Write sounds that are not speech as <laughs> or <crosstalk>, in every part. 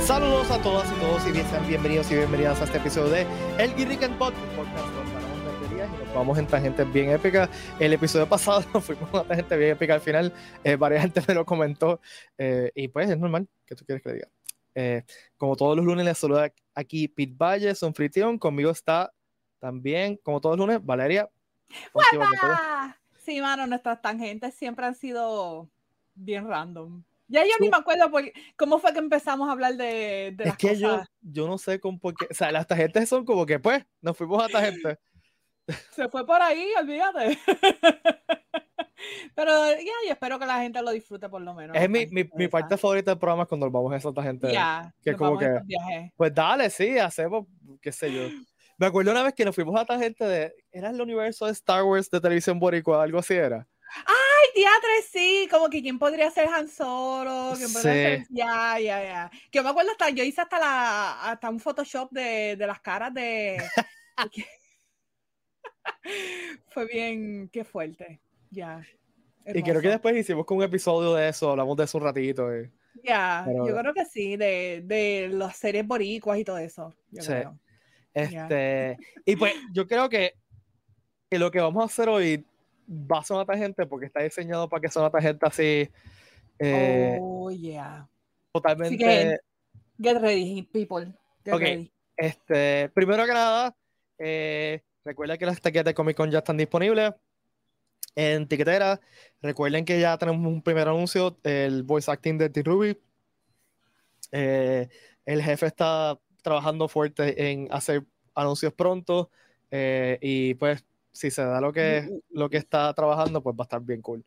Saludos a todas y todos y bien, sean bienvenidos y bienvenidas a este episodio de El Guirrican Pod, un podcast donde hablamos de teorías y nos vamos en tangentes bien épicas. El episodio pasado <laughs> nos fuimos a una tangente bien épica al final, eh, varias gente me lo comentó eh, y pues es normal que tú quieres que le diga. Eh, como todos los lunes les saluda aquí Pete Valle, su anfitrión, conmigo está también, como todos los lunes, Valeria. Contigo, ¡Guapa! Sí, mano, nuestras tangentes siempre han sido bien random. Ya yo ni me acuerdo por, cómo fue que empezamos a hablar de, de Es las que cosas. yo, yo no sé con por qué, o sea, las tangentes son como que pues, nos fuimos a tangentes. Se fue por ahí, olvídate. <laughs> Pero ya, yo espero que la gente lo disfrute por lo menos. Es mi, mi, mi parte favorita del programa es cuando vamos a esa otra gente. Ya, que nos como vamos en que- estos viajes. Pues dale, sí, hacemos, qué sé yo. Me acuerdo una vez que nos fuimos a otra gente de. Era el universo de Star Wars de televisión boricua, algo así era. Ay, teatro, sí, como que quién podría ser Han Solo, quién podría Sí. ser... Ya, ya, ya. Que yo me acuerdo hasta, yo hice hasta la, hasta un Photoshop de, de las caras de... <laughs> Fue bien, qué fuerte. Ya. Y creo que hermoso. después hicimos con un episodio de eso, hablamos de eso un ratito. eh. y- Ya, Pero- yo creo que sí, de, de las series boricuas y todo eso. yo Sí. creo. Ya. Este, y pues yo creo que, que lo que vamos a hacer hoy va a sonar gente porque está diseñado para que sea una gente así eh, oh, yeah. totalmente. Get ready, people. Get Ok. ready. Este, primero que nada, eh, recuerden que las taquillas de Comic Con ya están disponibles en tiquetera. Recuerden que ya tenemos un primer anuncio, el voice acting de T-Ruby. Eh, el jefe está trabajando fuerte en hacer anuncios pronto eh, y pues si se da lo que, lo que está trabajando, pues va a estar bien cool.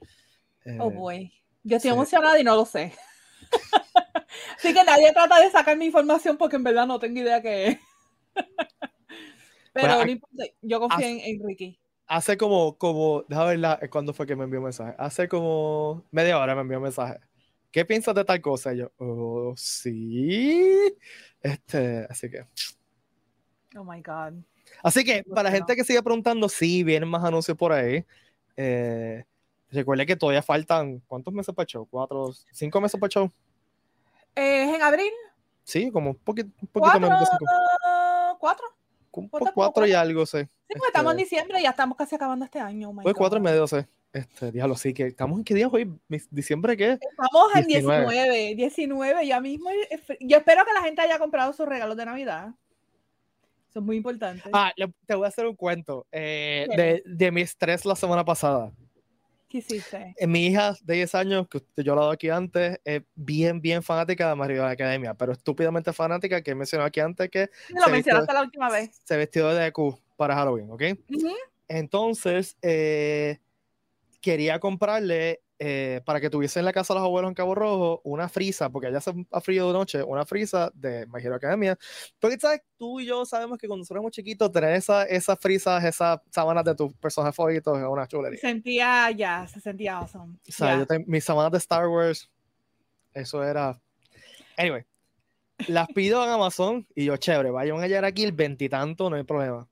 Eh, Oh boy. Yo estoy sí. emocionada y no lo sé. <laughs> Así que nadie trata de sacar mi información porque en verdad no tengo idea qué es. Pero Bueno, no importa, yo confío en, en Ricky. hace como, como, déjame ver la- eh, cuándo fue que me envió un mensaje. Hace como media hora me envió un mensaje. ¿Qué piensas de tal cosa? Y yo, oh, sí. Este, así que. Oh my God. Así que, para la gente Emocionado. que sigue preguntando, sí, vienen más anuncios por ahí. Eh, recuerden que todavía faltan, ¿cuántos meses para el show? ¿Cuatro? ¿Cinco meses para el show? Eh, ¿Es en abril? Sí, como un poquito, un poquito ¿Cuatro? menos de cinco. ¿Cuatro? Como ¿Cuánto? por ¿Como cuatro y cuatro? algo, sí. Sí, porque estamos en Este- diciembre y ya estamos casi acabando este año. Oh my Hoy cuatro y God. medio, sí. Este, diablo, sí, que estamos en qué día hoy, Mis- diciembre, ¿qué? Estamos en 19. 19, 19, ya mismo. es fr- Yo espero que la gente haya comprado sus regalos de Navidad. Son muy importantes. Ah, le- te voy a hacer un cuento eh, Ok. de, de mi estrés la semana pasada. ¿Qué hiciste? Eh, mi hija de 10 años, que usted- yo he hablado aquí antes, es bien, bien fanática de Mario de la Academia, pero estúpidamente fanática, que he mencionado aquí antes, que Sí, Lo se mencionaste la última vez. se vestió de Q para Halloween, ¿ok? Ujú. Entonces, eh, quería comprarle, eh, para que tuviese en la casa de los abuelos en Cabo Rojo, una frisa, porque allá se ha frío de noche, una frisa de My Hero Academia. Porque, ¿sabes? Tú y yo sabemos que cuando nosotros éramos chiquitos, tener esa- esas frisas, esas sábanas de tus personajes favoritos es una chulería. Sentía ya, se sentía awesome. O sea, Ya. yo te- mis sábanas de Star Wars, eso era... Anyway, las pido en Amazon y yo, chévere, vayan a llegar aquí el veintitanto, no hay problema.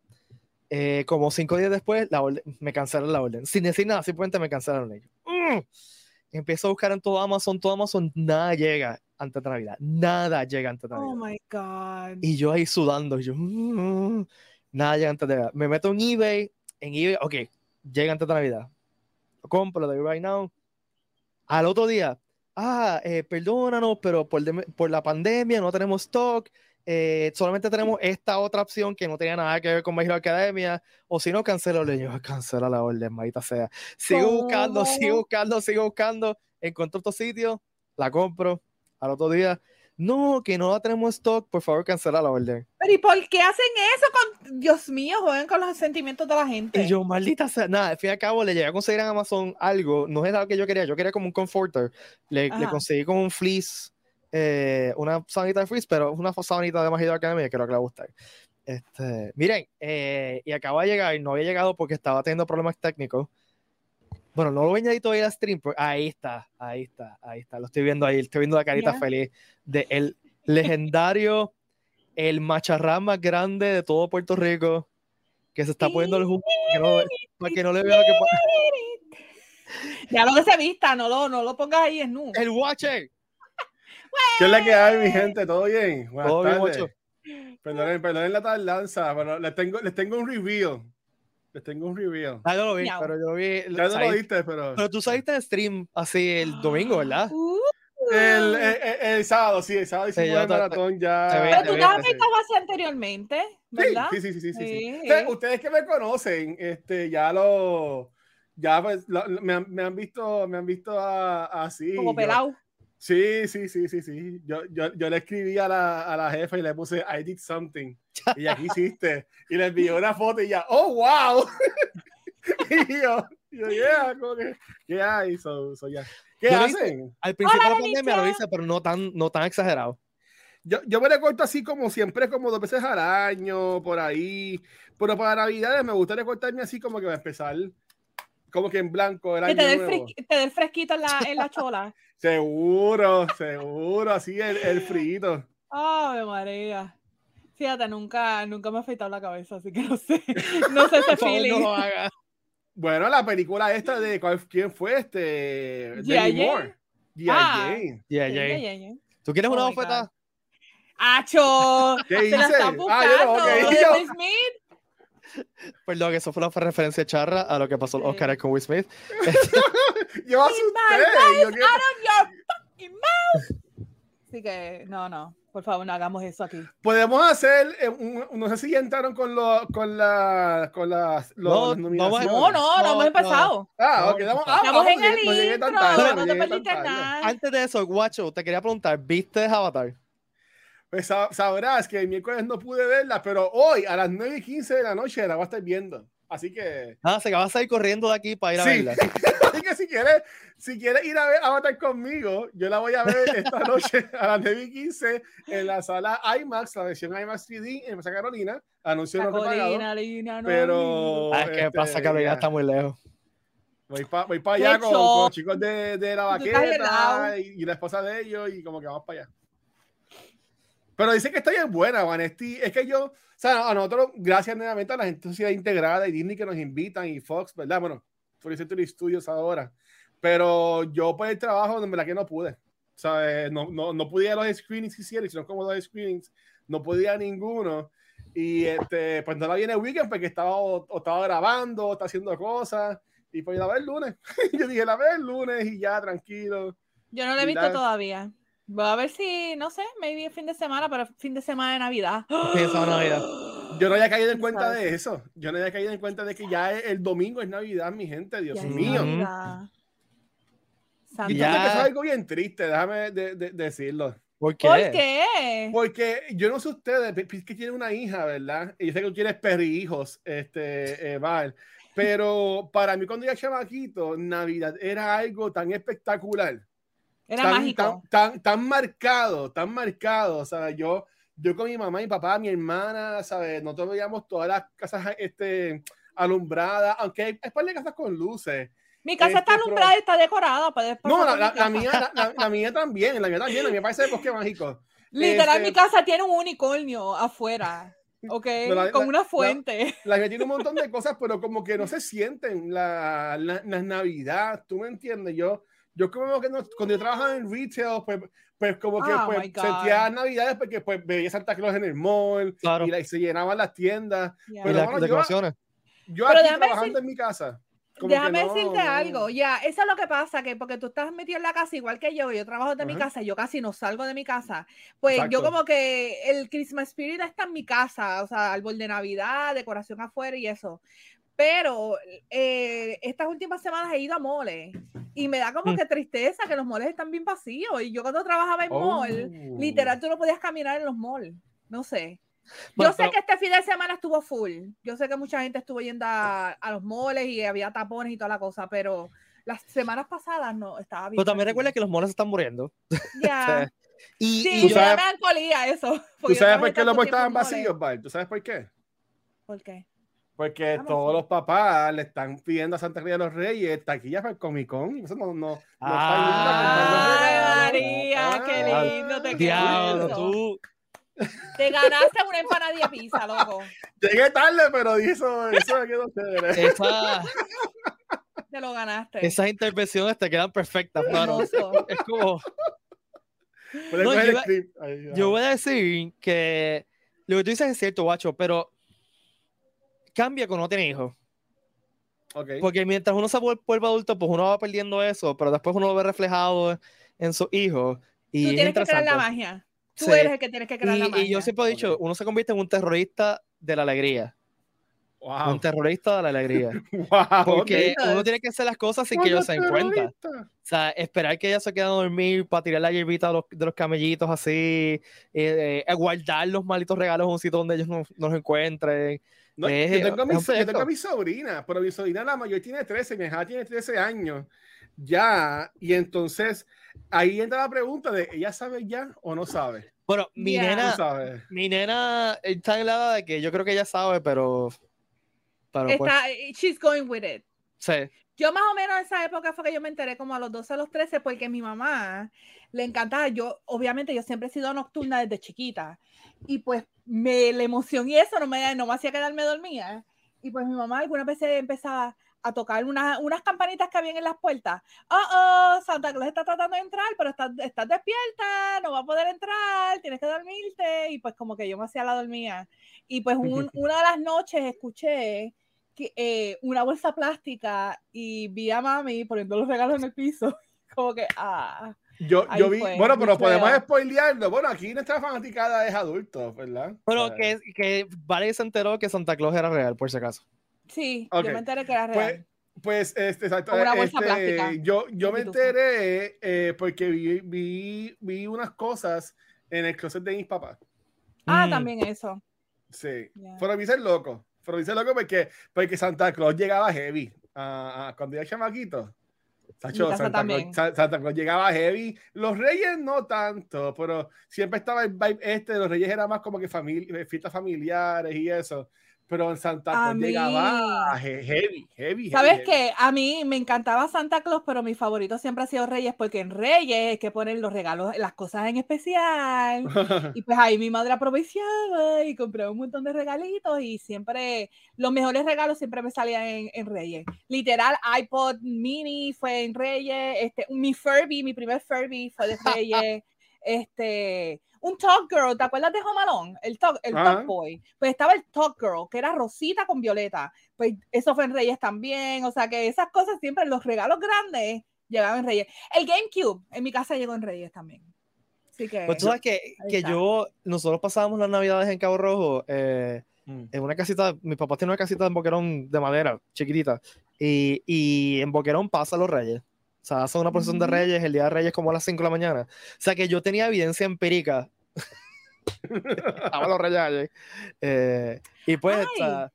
Eh, como cinco días después, la orden- me cancelan la orden. Sin decir nada, simplemente me cancelaron ellos. ¡Mm! Empiezo a buscar en todo Amazon, todo Amazon, nada llega antes de Navidad. Nada llega antes de Navidad. Oh my God. Y yo ahí sudando, yo, "Mm, mm". nada, llega antes de Navidad. Me meto en eBay, en eBay, ok, llega antes de Navidad. Lo compro, lo doy right now. Al otro día, ah, eh, perdónanos, pero por, de- por la pandemia no tenemos stock, eh, solamente tenemos esta otra opción que no tenía nada que ver con My Hero Academia, o si no, cancelo, le digo, cancela la orden, maldita sea. Sigo buscando, sigo ¿Cómo? buscando, sigo buscando, encuentro otro sitio, la compro, al otro día, no, que no la tenemos stock, por favor, cancela la orden. Pero ¿y por qué hacen eso con Dios mío? Juegan con los sentimientos de la gente. Y yo, maldita sea, nada, al fin y al cabo le llegué a conseguir en Amazon algo, no es lo que yo quería, yo quería como un comforter, le, le Ajá. conseguí como un fleece, eh, una sanita de fleece, pero es una sanita de Magido Academia, creo que le va a gustar. Este, miren, eh, y acaba de llegar, no había llegado porque estaba teniendo problemas técnicos. Bueno, no lo voy a añadir todavía al stream, pero ahí está, ahí está, ahí está, lo estoy viendo ahí, estoy viendo la carita Ya. feliz de el legendario, el macharrán más grande de todo Puerto Rico, que se está poniendo el jugo para que no, para que no le vea lo que pasa. Ya lo que se vista, no lo, no lo pongas ahí en nu. ¡El Watcher! ¿Qué es la que hay, mi gente? ¿Todo bien? Buenas Todo bien, tardes. Bocho. Perdonen, perdonen la tardanza. Bueno, les tengo, les tengo un reveal. Les tengo un reveal. Ah, yo lo vi, Miau. pero yo lo vi. Ya no lo salí- viste, pero. Pero tú saliste en stream así el domingo, ¿verdad? Uh, El, el, el- el sábado, sí, el sábado hicimos Sí, yo ta- el ta- maratón ya. se ve, pero tú sí, también Sí, estabas así anteriormente, ¿verdad? Sí, sí, sí, sí, sí, sí. Sí. Ustedes, ustedes que me conocen, este, ya lo. Ya pues, lo- lo- me, han, me han visto, me han visto a- así. Como yo- pelado. Sí, sí, sí, sí, sí. Yo, yo, yo le escribí a la, a la jefa y le puse, I did something. Y aquí hiciste. Y le envié una foto y ya, oh, wow. <laughs> y yo, yo, yeah, como que, ¿qué hay? So, so, ya. ¿Qué Yo lo hice. hacen? Al principio de la Denise. pandemia lo hice, pero no tan, no tan exagerado. Yo, yo me recorto así como siempre, como dos veces al año, por ahí. Pero para Navidades me gusta recortarme así como que va a empezar, como que en blanco. El Que año te dé el nuevo. fresqui- te dé el fresquito en la, en la chola. Seguro, seguro, así el, el frito. Ave María. Fíjate, nunca, nunca me he afeitado la cabeza, así que no sé. <laughs> No sé ese Por favor, <laughs> no feeling. lo <laughs> hagas. Bueno, la película esta de ¿cuál- quién fue este? G.I. Demi Jane. Moore. G.I. Ah. Jane. Yeah, Sí, yeah. yeah, yeah. ¿Tú quieres Oh una my God. oferta? ¡Acho! ¿Qué Se la hice? están Ah, yo buscando. no, ok, lo de <laughs> yo- Will Smith. Perdón, eso fue la referencia charra a lo que pasó los Sí. Oscar con Will Smith. Yo asusté. yo que- Your fucking mouth. Así que, no, no. Por favor, no hagamos eso aquí. Podemos hacer, eh, un- un- no sé si ya entraron con, lo, con, la, con las, los- No, las no, nominaciones. No, no, no, No, hemos no. empezado. Ah, no, ok, estamos, ah, Estamos ah, en no el llegué- no llegué tan intro. tarde, No te llegué tan perdiste tarde. nada. Antes de eso, guacho, te quería preguntar, ¿viste Avatar? Pues sab- sabrás que el miércoles no pude verla, pero hoy a las 9 y 15 de la noche la voy a estar viendo. Así que, Ah, se acabas de salir corriendo de aquí para ir a Sí. verla. así que si quieres, si quieres ir a ver Avatar conmigo, yo la voy a ver <laughs> esta noche a las 9 y 15 en la sala IMAX, la versión IMAX 3D en Plaza Carolina. Anuncio no prepagado. Carolina, Lina, no, pero- Ah, es que Este, pasa que Carolina ya. está muy lejos. Voy para voy pa Qué allá con, con shock. los chicos de, de la Tú estás helado. vaqueta y, y la esposa de ellos y como que vamos para allá. Pero dice que está bien buena, Vanesti. Es que yo, o sea, a nosotros, gracias nuevamente a la gente de sociedad integrada y Disney que nos invitan y Fox, ¿verdad? Bueno, por Century Studios ahora. Pero yo por el trabajo, en verdad que no pude. O sea, eh, no, no, no podía ir a los screenings que hicieron, sino como dos screenings, no podía ir a ninguno. Y este, pues no la viene el weekend porque estaba, o, o estaba grabando, o está haciendo cosas. Y pues la veo el lunes. <laughs> yo dije, la veo el lunes y ya, tranquilo. Yo no la he visto Lina. todavía. Voy a ver si, no sé, maybe el fin de semana, pero fin de semana de Navidad. Sí, eso es Navidad. Yo no había caído en cuenta de eso. Yo no había caído en cuenta de que ya e, el, el domingo es Navidad, mi gente, Dios Ya es mío. Navidad. Navidad. Santo Y Ya. ya. que eso es algo bien triste, déjame de- de- decirlo. ¿Por qué? ¿Por qué? Porque yo no sé ustedes, Pi- Pi- que tiene una hija, ¿verdad? Y yo sé que tú tienes perrijos, este, eh, Val. Pero para mí cuando era chamaquito, Navidad era algo tan espectacular. Era tan, mágico. Tan, tan, tan marcado, tan marcado. O sea, yo, yo con mi mamá, mi papá, mi hermana, ¿sabes? Nosotros veíamos todas las casas este, alumbradas, aunque hay, hay par de casas con luces. Mi casa está este, pro- alumbrada y está decorada. Puedes pasar por No, la, mi la- la casa. mía, la, la- la mía también, la mía también, la mía parece de bosque mágico. Literal, este- mi casa tiene un unicornio <laughs> afuera. ¿Ok? No, la- Con la- una fuente. La mía tiene un montón de cosas, pero como que no se sienten la, la, la Navidad, ¿tú me entiendes? Yo, yo como que no- cuando yo trabajaba en retail, pues, pues como que Oh, pues, my God. sentía Navidades porque pues veía Santa Claus en el mall, Claro. y, la- y se llenaban las tiendas. Ya. Y Pero las bueno, yo- decoraciones. Yo Pero aquí déjame trabajando en mi casa. como que Déjame no, decirte no. algo, ya, eso es lo que pasa, que porque tú estás metido en la casa igual que yo, yo trabajo de mi Ajá. casa, yo casi no salgo de mi casa, pues yo Exacto. como que el Christmas Spirit está en mi casa, o sea, árbol de Navidad, decoración afuera y eso, pero eh, estas últimas semanas he ido a moles y me da como Mm. que tristeza que los moles están bien vacíos y yo cuando trabajaba en Oh. mall, literal tú no podías caminar en los malls, no sé. Yo Bueno, sé pero- que este fin de semana estuvo full. Yo sé que mucha gente estuvo yendo a, a los moles y había tapones y toda la cosa, pero las semanas pasadas no estaba bien. Pero también tranquilo. recuerda que los monos están muriendo. <laughs> Y, Ya. Ah. Sí, y- Tú yo me da sabes- melancolía eso. ¿Tú porque yo sabes trabajé por qué tanto los malls tiempo en estaban moles. vacíos, Val? ¿Tú sabes por qué? ¿Por qué? Porque Vamos, todos sí. los papás le están pidiendo a Santa Cruz de los Reyes taquillas para el Comic Con. Eso no, no, no está Ah, bien, Ay, la María, gente no qué se regala. lindo te diablo, eso. tú. Te ganaste una empanadilla de pizza, loco. Llegué tarde, pero di eso, eso me quedó chévere. <laughs> Esa- Te lo ganaste. esas intervenciones te quedan perfectas, mano. Hermoso. Es como, Puedes No, coger yo- el clip. Ahí, Yo ahí. voy a decir que lo que tú dices es cierto, guacho, pero cambia cuando no tiene hijos. Ok. Porque mientras uno se vuel- vuelve adulto, pues uno va perdiendo eso, pero después uno lo ve reflejado en sus hijos. Y Tú es tienes que crear interesante. la magia. Tú Sí. eres el que tienes que crear la Y, magia. y yo siempre he dicho, Ok. uno se convierte en un terrorista de la alegría. Wow. <laughs> Un terrorista de la alegría. Wow, Ah, ok. Porque uno tiene que hacer las cosas sin que ellos se den cuenta. Terrorista. O sea, esperar que ellas se queden a dormir para tirar la hierbita de los, de los camellitos así, eh, eh, guardar los malitos regalos en un sitio donde ellos no, no los encuentren. No, Eh, yo, tengo a es mis- un yo tengo a proyecto. mis sobrinas, pero mi sobrina la mayor tiene 13, mi hija tiene 13 años ya, y entonces ahí entra la pregunta de, ¿ella sabe ya o no sabe? Bueno, mi Ya. No nena, sabe. mi nena está en la edad de que yo creo que ella sabe, pero, pero pues, Está, she's going with it. sí. Yo más o menos a esa época fue que yo me enteré como a los 12, a los 13, porque mi mamá le encantaba, yo obviamente yo siempre he sido nocturna desde chiquita, y pues me, la emoción y eso no me, no me hacía quedarme dormida, y pues mi mamá algunas veces empezaba a tocar unas, unas campanitas que habían en las puertas, oh, oh, Santa Claus está tratando de entrar, pero estás, estás despierta, no va a poder entrar, tienes que dormirte, y pues como que yo me hacía la dormida, y pues un- una de las noches escuché que, eh, una bolsa plástica y vi a mami poniendo los regalos en el piso. <laughs> Como que, ah. Yo, Ahí yo vi, fue, bueno, pero mi prueba. podemos spoilearlo. Bueno, aquí nuestra fanaticada es adulto, ¿verdad? O Bueno, sea, que, que Vale se enteró que Santa Claus era real, por si acaso. Sí, Ok, yo me enteré que era pues, real. Pues, este, exacto, Con una bolsa este, plástica. Yo, yo me Pitufo. enteré eh, porque vi, vi, vi unas cosas en el closet de mis papás. ah, Mm, también eso. Sí. Ya. Pero me hice loco. Pero me hice loco porque, porque Santa Claus llegaba heavy. Ah, ah, cuando era chamaquito. Sacho, Mi casa Santa, Claus, también. Sa- Santa Claus llegaba heavy. Los Reyes no tanto, pero siempre estaba el vibe este. de Los Reyes era más como que familia, fiestas familiares y eso. Pero en Santa A Claus mí. llegaba he- heavy, heavy, ¿Sabes heavy, heavy. qué? A mí me encantaba Santa Claus, pero mi favorito siempre ha sido Reyes, porque en Reyes es que ponen los regalos, las cosas en especial. Y pues ahí mi madre aprovechaba y compraba un montón de regalitos y siempre los mejores regalos siempre me salían en, en Reyes. Literal, iPod mini fue en Reyes, este, mi Furby, mi primer Furby fue de <laughs> Reyes. Este, un Talk Girl, ¿te acuerdas de Jomalón? El Talk, el Ajá. Talk Boy. Pues estaba el Talk Girl, que era rosita con violeta. Pues eso fue en Reyes también. O sea que esas cosas siempre, los regalos grandes llegaban en Reyes. El GameCube en mi casa llegó en Reyes también. Así que. Pues tú sabes que, que está. yo, nosotros pasábamos las navidades en Cabo Rojo, eh, Mm. <laughs> en una casita, mi papá tiene una casita en Boquerón de madera, chiquitita, y, y en Boquerón pasa los reyes. O sea, hacen una procesión de Ujú. reyes, el día de reyes como a las 5 de la mañana. O sea, que yo tenía evidencia <laughs> empírica. Estaban los reyes allí. Eh, y pues, o sea,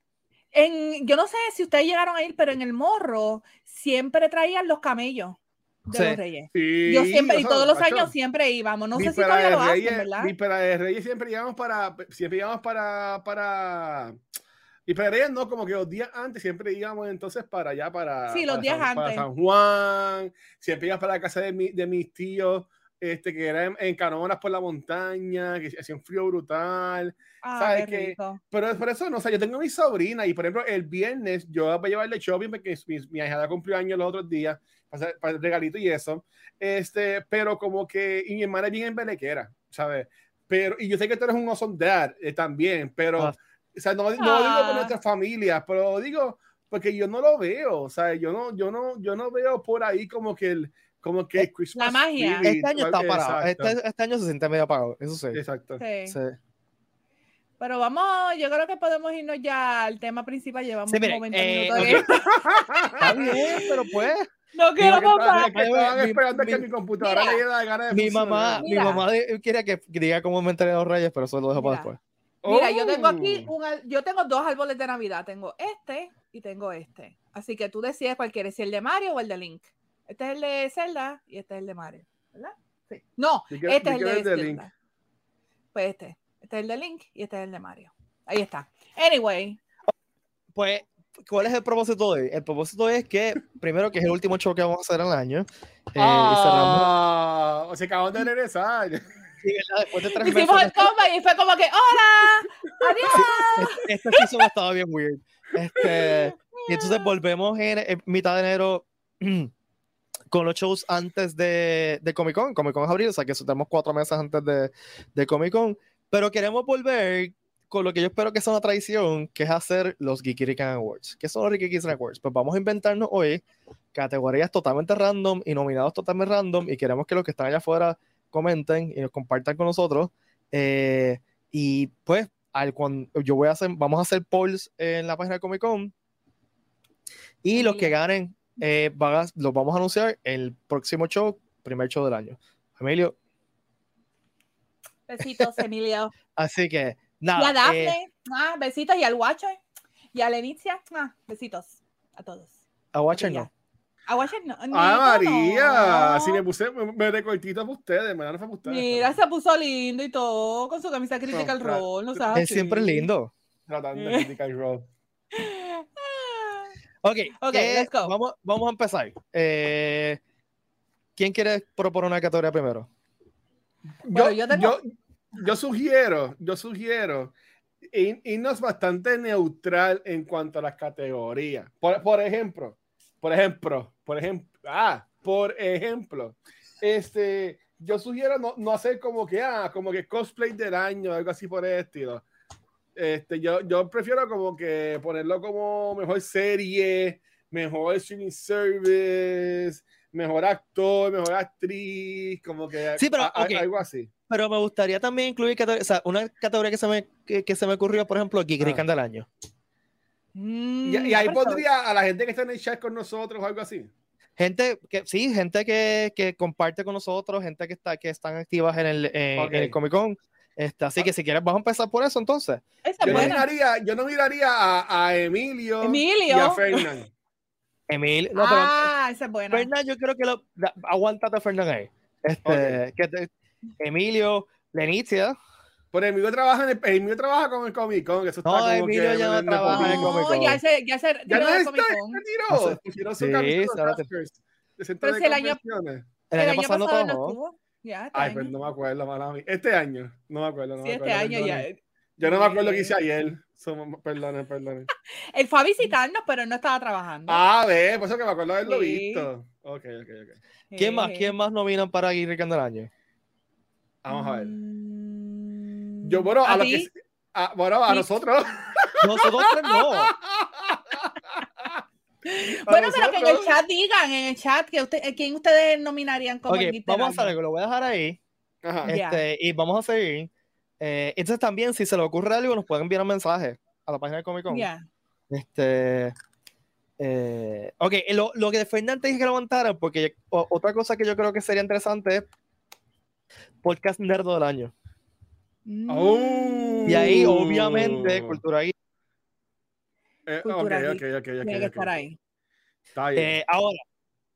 en, yo no sé si ustedes llegaron a ir, pero en el morro siempre traían los camellos de Sí. los reyes. Sí, Yo siempre, y eso, todos los macho. años siempre íbamos. No sé si Víspera todavía de lo hacen, Reyes- ¿verdad? Víspera de Reyes E siempre íbamos para. Siempre íbamos para. para Víspera de Reyes no, como que los días antes siempre íbamos entonces para allá, para. Sí, los para días San, para antes. San Juan, siempre íbamos para la casa de, mi- de mis tíos, este, que era en, en Canonas por la montaña, que hacía un frío brutal. Ah, ¿sabes qué qué? rico. Pero es por eso, no sé, yo tengo mi sobrina y por ejemplo, el viernes yo voy a llevarle shopping porque mi, mi ahijada cumplió años los otros días para, hacer- para el regalito y eso. Este, pero como que, y mi hermana es bien embelequera, ¿sabes? Pero, y yo sé que tú eres un awesome dad eh, también, pero, Ah. o sea, no, no digo Ah. por nuestras familias, pero digo porque yo no lo veo, o sea, yo no, yo no, yo no veo por ahí como que el, como que el Christmas magia. spirit, este año está exacto, parado. Este, este año se siente medio apagado, eso sí. Exacto. Sí. Sí. Pero vamos, yo creo que podemos irnos ya al tema principal. Llevamos Sí, miren, como 20 eh, minutos. en ok. esto. Está bien, pero pues. <laughs> No Digo quiero que estaban- comprar. que estaban Mi- esperando que mi- mi computadora Mira, le diera la gana de Mi funcionar. mamá, mi Mira. mamá de- quiere que diga cómo me enteré de los reyes, pero eso lo dejo para Mira. después. Mira, yo tengo aquí, Oh. un, al- yo tengo dos árboles de Navidad. Tengo este y tengo este. Así que tú decides cuál quieres, si el de Mario o el de Link. Este es el de Zelda y este es el de Mario, ¿verdad? Sí. No, Yo quiero- este yo es el quiero de, el de Zelda. Link. Pues este. Este es el de Link y este es el de Mario. Ahí está. Anyway, Pues, ¿cuál es el propósito de hoy? El propósito es que, primero, que es el último show que vamos a hacer en el año. eh, y cerramos. Ah, o sea, acaban de regresar. Sí, ¿verdad? Después de tres meses. hicimos el combo y fue como que, ¡Hola! ¡Adiós! Este, este season ha estado bien weird. Este, y entonces volvemos en, en mitad de enero <clears throat> con los shows antes de, de Comic Con. Comic Con es abril, o sea que eso tenemos cuatro meses antes de, de Comic Con. Pero queremos volver con lo que yo espero que sea una tradición, que es hacer los Geekirican Awards. ¿Qué son los Geekirican Awards? Pues vamos a inventarnos hoy categorías totalmente random y nominados totalmente random y queremos que los que están allá afuera comenten y nos compartan con nosotros. Eh, y pues, al, cuando, yo voy a hacer, vamos a hacer polls en la página de Comic Con y los que ganen eh, van a- los vamos a anunciar en el próximo show, primer show del año. Emilio, <laughs> Besitos, Emilio. así que y a nada. eh, Dafne, ah, besitos. Y al Watcher. Y a Lenicia, ah, besitos a todos. a Watcher no. Ya. A Watcher no. ¡Ah, Nito, María! no. Así me puse, me, me recortito para ustedes, me la no fue para ustedes. Mira, se puso lindo y todo, con su camisa crítica al Compra- rol, no sabes. Ah, Él siempre es lindo. Tratando de criticar el rol. Ok, Ok, eh, let's go. Vamos, vamos a empezar. Eh, ¿Quién quiere proponer una categoría primero? Bueno, yo, yo tengo- yo- yo sugiero, yo sugiero ir- irnos bastante neutral en cuanto a las categorías. Por, por ejemplo, por ejemplo, por ejemplo, ah, por ejemplo, este, yo sugiero no, no hacer como que, ah, como que cosplay del año, algo así por el estilo. Este, yo, yo prefiero como que ponerlo como mejor serie, mejor streaming service, mejor actor, mejor actriz, como que Sí, pero, a- a- ok. algo así. Pero me gustaría también incluir categ- o sea, una categoría que se me, que, que se me ocurrió, por ejemplo, Geekrican del año. Mm, Y, Mm, y ahí podría a la gente que está en el chat con nosotros o algo así. Gente que, sí, gente que, que comparte con nosotros, gente que está que están activas en el, en- Ok. en el Comic Con. Este, así que si quieres, vamos a empezar por eso entonces. Esa es Yo no buena. miraría, yo no miraría a, a Emilio, y a Emilio. Fernán. Emil, no, pero Ah, esa es buena. Fernan, yo creo que lo. da- Aguántate, Fernan ahí. Este, que te- Emilio, Lenicia. Pero Emilio trabaja, en el, Emilio trabaja con el Comic Con. Eso está No, como Emilio que ya no en- en- trabaja en el en- Comic No, Con. ya se, ya se Ya retiró no del está, Comic se Con. No sé. retiró. Se pusieron su Sí, camisa de ahora te- Raptors, de centro Pero de si Pues el año- convenciones. El, año, pasado, no trabajó. estuvo. Ya, este Ay, año. pues no me acuerdo, mala mía. Este año, no me acuerdo. No Sí, me este acuerdo, año ya. eh, perdonen. Yo no me acuerdo que hice ayer. Somos- <laughs> Perdonen, perdonen. Él fue a visitarnos, pero no estaba trabajando. Ah, ve, por eso que me acuerdo haberlo Sí. visto. Ok, ok, ok. Eh, ¿Quién más? ¿Quién más nominan para Geekrican del año? Vamos a ver. eh, Mm, Yo, bueno, a, los ti? que. a- bueno, a Ni- <laughs> nosotros. Nosotros tres <laughs> no. Bueno, pero que en el nosotros. chat digan, en el chat, que usted, eh, ¿quién ustedes nominarían como Ok, el Geek del vamos a hacer año? algo, lo voy a dejar ahí. Ajá. Ya. Este, y vamos a seguir. Eh, entonces también, si se le ocurre algo, nos pueden enviar un mensaje a la página de Comic Con. Ya. Este, eh, ok, lo, lo que de Fernández dije que lo aguantaran, porque o- otra cosa que yo creo que sería interesante es podcast nerdo del año. Oh. Mm. Y ahí, Uh. obviamente, cultura geek. Eh, Cultura ok, geek. ok, ok, ok, Tiene que ok. estar ahí. Está bien. Eh, ahora,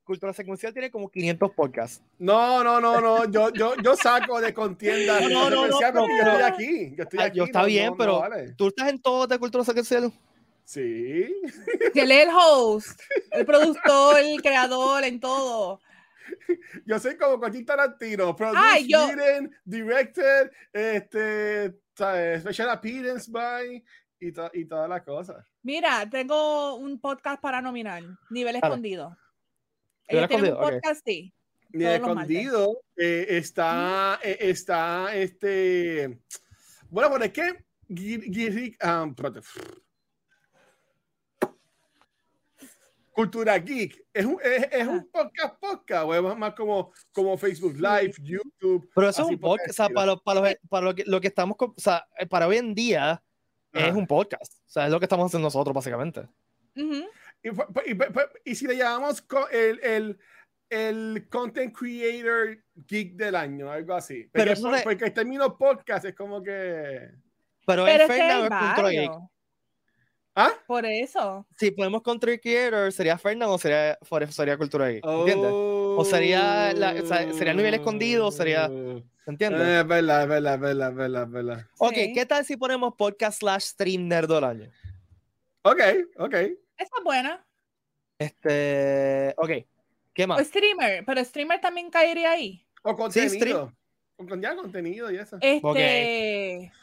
cultura secuencial tiene como 500 podcasts. No, no, no, no. Yo, yo, yo saco de <laughs> contienda. No, no, no, Yo decía, no, porque pero- yo estoy aquí. Yo estoy Ah, aquí. yo está no, bien, no, no pero- vale. ¿Tú estás en todo de cultura secuencial? Sí. Que él es el host, el productor, el creador, en todo. Yo soy como Cochín Tarantino. Produced, Ay, yo- written, directed, este, ¿sabes? special appearance by y, to- y todas las cosas. Mira, tengo un podcast para nominar, Nivel Claro. Escondido. Nivel Ella tiene un Escondido, ok. podcast, sí. Ni Todos los martes. escondido eh, está, eh, está este. Bueno, pero es que. Gui- Gui- um, espérate. Cultura Geek es un, es, es Ah. un podcast, podcast, o es más- más como, como Facebook Live, YouTube. Pero eso así es un por el podcast. O sea, estilo. para, los- para, los- para lo, que, lo que estamos. co- O sea, eh, para hoy en día Ajá. es un podcast. O sea, es lo que estamos haciendo nosotros, básicamente. Ujú. Y, fu- fu- y fu- fu- y si le llamamos co- el, el, el Content Creator Geek del año, algo así. Pero Porque, eso por- de- porque el término podcast es como que. Pero, Pero en es que hay Fernan es cultura geek. varios, ¿Ah? por eso. Si ponemos country creator, ¿sería Fernan o sería, fuera- sería cultura geek? ¿Entiendes? O sería la- o sea, sería el nivel escondido, o sería- ¿Entiendes? Eh, Es verdad, es verdad, es verdad, es verdad, es verdad. ok, sí. ¿qué tal si ponemos podcast slash stream nerd del año? Ok, ok. Esa es buena. Este. Ok, ¿qué O más? streamer, pero streamer también caería ahí. O Sí, stream. contenido. Con- con- ya contenido y eso. Este, Podcast,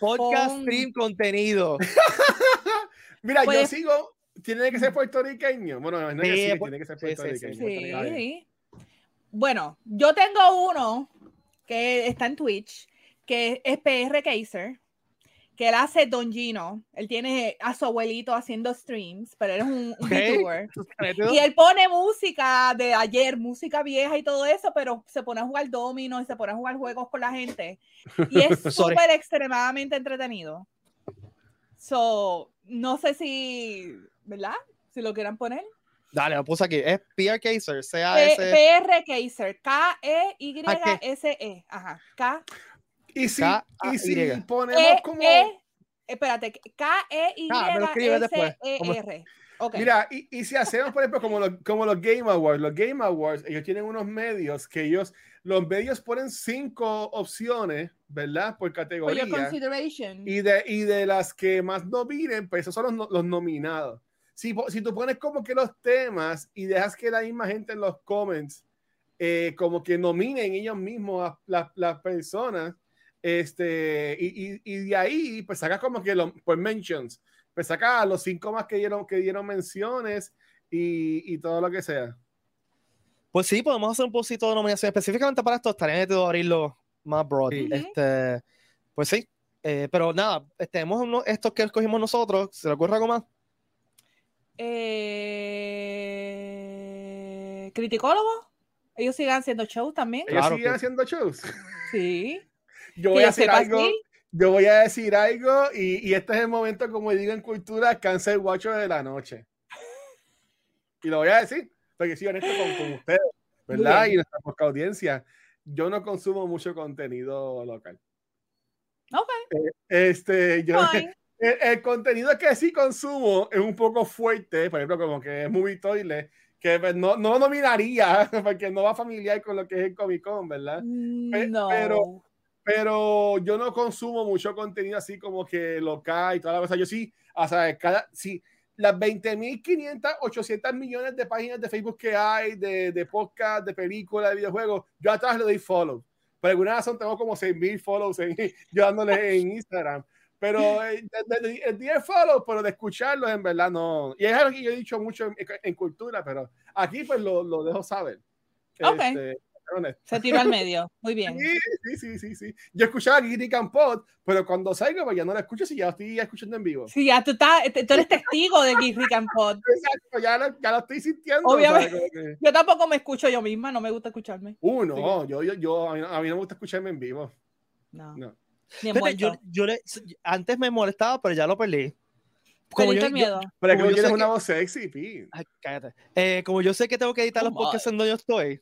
pon- stream, <laughs> contenido. <laughs> Mira, yo puedes- sigo. Tiene que ser puertorriqueño. Bueno, me imagino que Sí, sí, que pu- tiene que ser sí, sí, sí, puertorriqueño. Sí. Está bien. Bueno, yo tengo uno que está en Twitch, que es PR Kaiser, que él hace Don Gino. Él tiene a su abuelito haciendo streams, pero él es un, un Ok. VTuber. Crédito. Y él pone música de ayer, música vieja y todo eso, pero se pone a jugar domino y se pone a jugar juegos con la gente. Y es <laughs> Sorry. súper extremadamente entretenido. So, no sé si, ¿verdad? Si lo quieran poner. Dale, lo puse aquí. Es PR Kaiser, P- C-A-S, PR Kaiser, E, K-E-Y-S-E. E. Ajá. K Y si, K, A, y si Y. ponemos E, como. E, espérate, E, Ah, me lo escribes después. K-E-Y-S-E-R. E, Ok. Mira, y, y si hacemos, por ejemplo, como los, como los Game Awards, los Game Awards, ellos tienen unos medios que ellos, los medios ponen cinco opciones, ¿verdad? For Por your categoría. consideration. Y de, y de las que más nominen, pues esos son los, no- los nominados. Si, po- si tú pones como que los temas y dejas que la misma gente en los comments eh, como que nominen ellos mismos a las- las personas, este, y, y- y de ahí pues sacas como que los pues mentions, pues sacas a los cinco más que dieron, que dieron menciones y, y todo lo que sea. Pues sí, podemos hacer un poquito de nominación específicamente para esto. Estaría metido abrirlo más broad. Sí. Este, pues sí. Eh, pero nada, tenemos uno- estos que escogimos nosotros. ¿Se le ocurre algo más? Eh, criticólogo. Ellos siguen haciendo shows también. Ellos Claro siguen que- haciendo shows. <laughs> Sí. Eh, Que Yo voy a yo hacer sepa, algo. <laughs> sí. Yo voy a decir algo y, y este es el momento, como digo en cultura, cáncer guacho de la noche. Y lo voy a decir, porque soy honesto con, con ustedes, ¿verdad? Muy bien. Y nuestra poca audiencia. Yo no consumo mucho contenido local. Ok. Eh, este, yo, Fine. <laughs> el, el contenido que sí consumo es un poco fuerte, por ejemplo, como que es Movie Toilet, que pues, no, no lo nominaría, <laughs> porque no va familiar con lo que es el Comic Con, ¿verdad? Pe- No. pero- pero yo no consumo mucho contenido así como que local y toda la cosa. Yo sí, o sea, cada, sí, las 20.500, 800 millones de páginas de Facebook que hay, de, de podcast, de películas, de videojuegos, yo atrás le doy follow. Por alguna razón tengo como 6.000 follows en- <laughs> yo dándole en Instagram. Pero eh, de- de- de- el 10 follows, pero de escucharlos en verdad no. Y es algo que yo he dicho mucho en, en cultura, pero aquí pues lo, lo dejo saber. Ok. Este, ser honesto. Se tiró al medio. Muy bien. Sí, sí, sí, sí, sí. Yo escuchaba Geek and Pod, pero cuando salgo, pues ya no la escucho si ya la estoy escuchando en vivo. Sí, ya tú, estás- te- tú eres testigo de Geek Rick and Pod. Exacto, ya lo, ya lo estoy sintiendo. Obviamente. ¿sabes? Como que, Yo tampoco me escucho yo misma, no me gusta escucharme. Uh, no, yo, yo, yo, a mí no, a mí no me gusta escucharme en vivo. No. No. Ni en Fíjate, yo, muerto. yo le- antes me molestaba, pero ya lo perdí. Como Perdiste yo, yo- el miedo. Pero Como es que tú yo quieres sé una que- voz sexy, pi. Ay, cállate. Eh, como yo sé que tengo que editar Oh, los podcasts my. en donde yo estoy,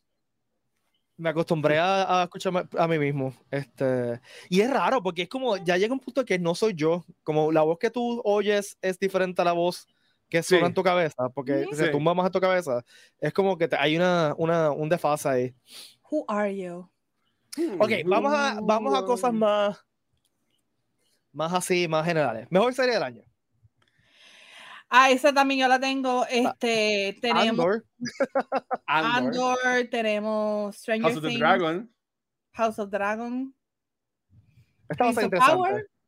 me acostumbré a, a escucharme a mí mismo. Este, y es raro porque es como, ya llega un punto que no soy yo. Como la voz que tú oyes es diferente a la voz que suena Sí. en tu cabeza, porque Ujú. se Sí. tumba más en tu cabeza. Es como que te- hay una, una, un desfase ahí. Who are you? Ok, vamos a, vamos a cosas más, más así, más generales. Mejor serie del año. Ah, esa también yo la tengo. Ah, Este, tenemos Andor, Andor, Andor, tenemos Stranger House of the Things, Dragon. House of Dragon, Esta va a ser Rings of Power. interesante.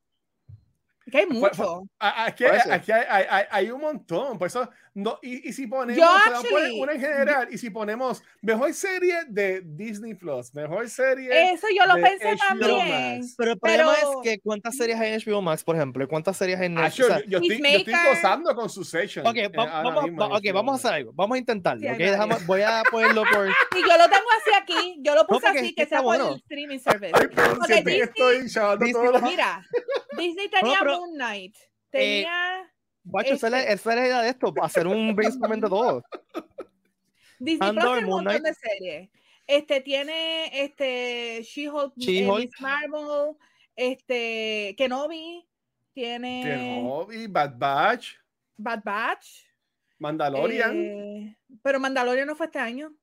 Que hay fue- mucho. A- Aquí, Por eso. aquí hay, hay, hay, hay un montón. Por eso, no, y, y si ponemos, Yo, podemos poner actually, una en general, y si ponemos mejor serie de Disney Plus, mejor serie. Eso yo lo de pensé HBO también. Max. Pero el problema Pero- es que cuántas series hay en HBO Max, por ejemplo, y cuántas series hay en Ah, Netflix. Eh, O yo, sea, yo- yo estoy, yo estoy Peacemaker. gozando con su session. eh, Ok, va- vamos, va- este ok, vamos a hacer algo. Vamos a Sí, intentarlo. hay ok, déjame- varios. voy a ponerlo <laughs> por. Y yo lo tengo así aquí. Yo lo puse porque así, que está sea por bueno. el streaming service. Ay, pero Porque siento que Disney- estoy chavando Disney- todo lo- Mira, <laughs> Disney tenía pero- eh, Moon Knight. Tenía. Guacho, esa es la- esa es la idea de esto, hacer <laughs> un brainstorming de todo. Disney Plus Andor, tiene un Moon montón de series. Este tiene este She-Hulk, eh, She-Hulk. Miss Marvel, este Kenobi, tiene Tiene Hobby, Bad Batch, Bad Batch. Mandalorian. eh, pero Mandalorian no fue este año.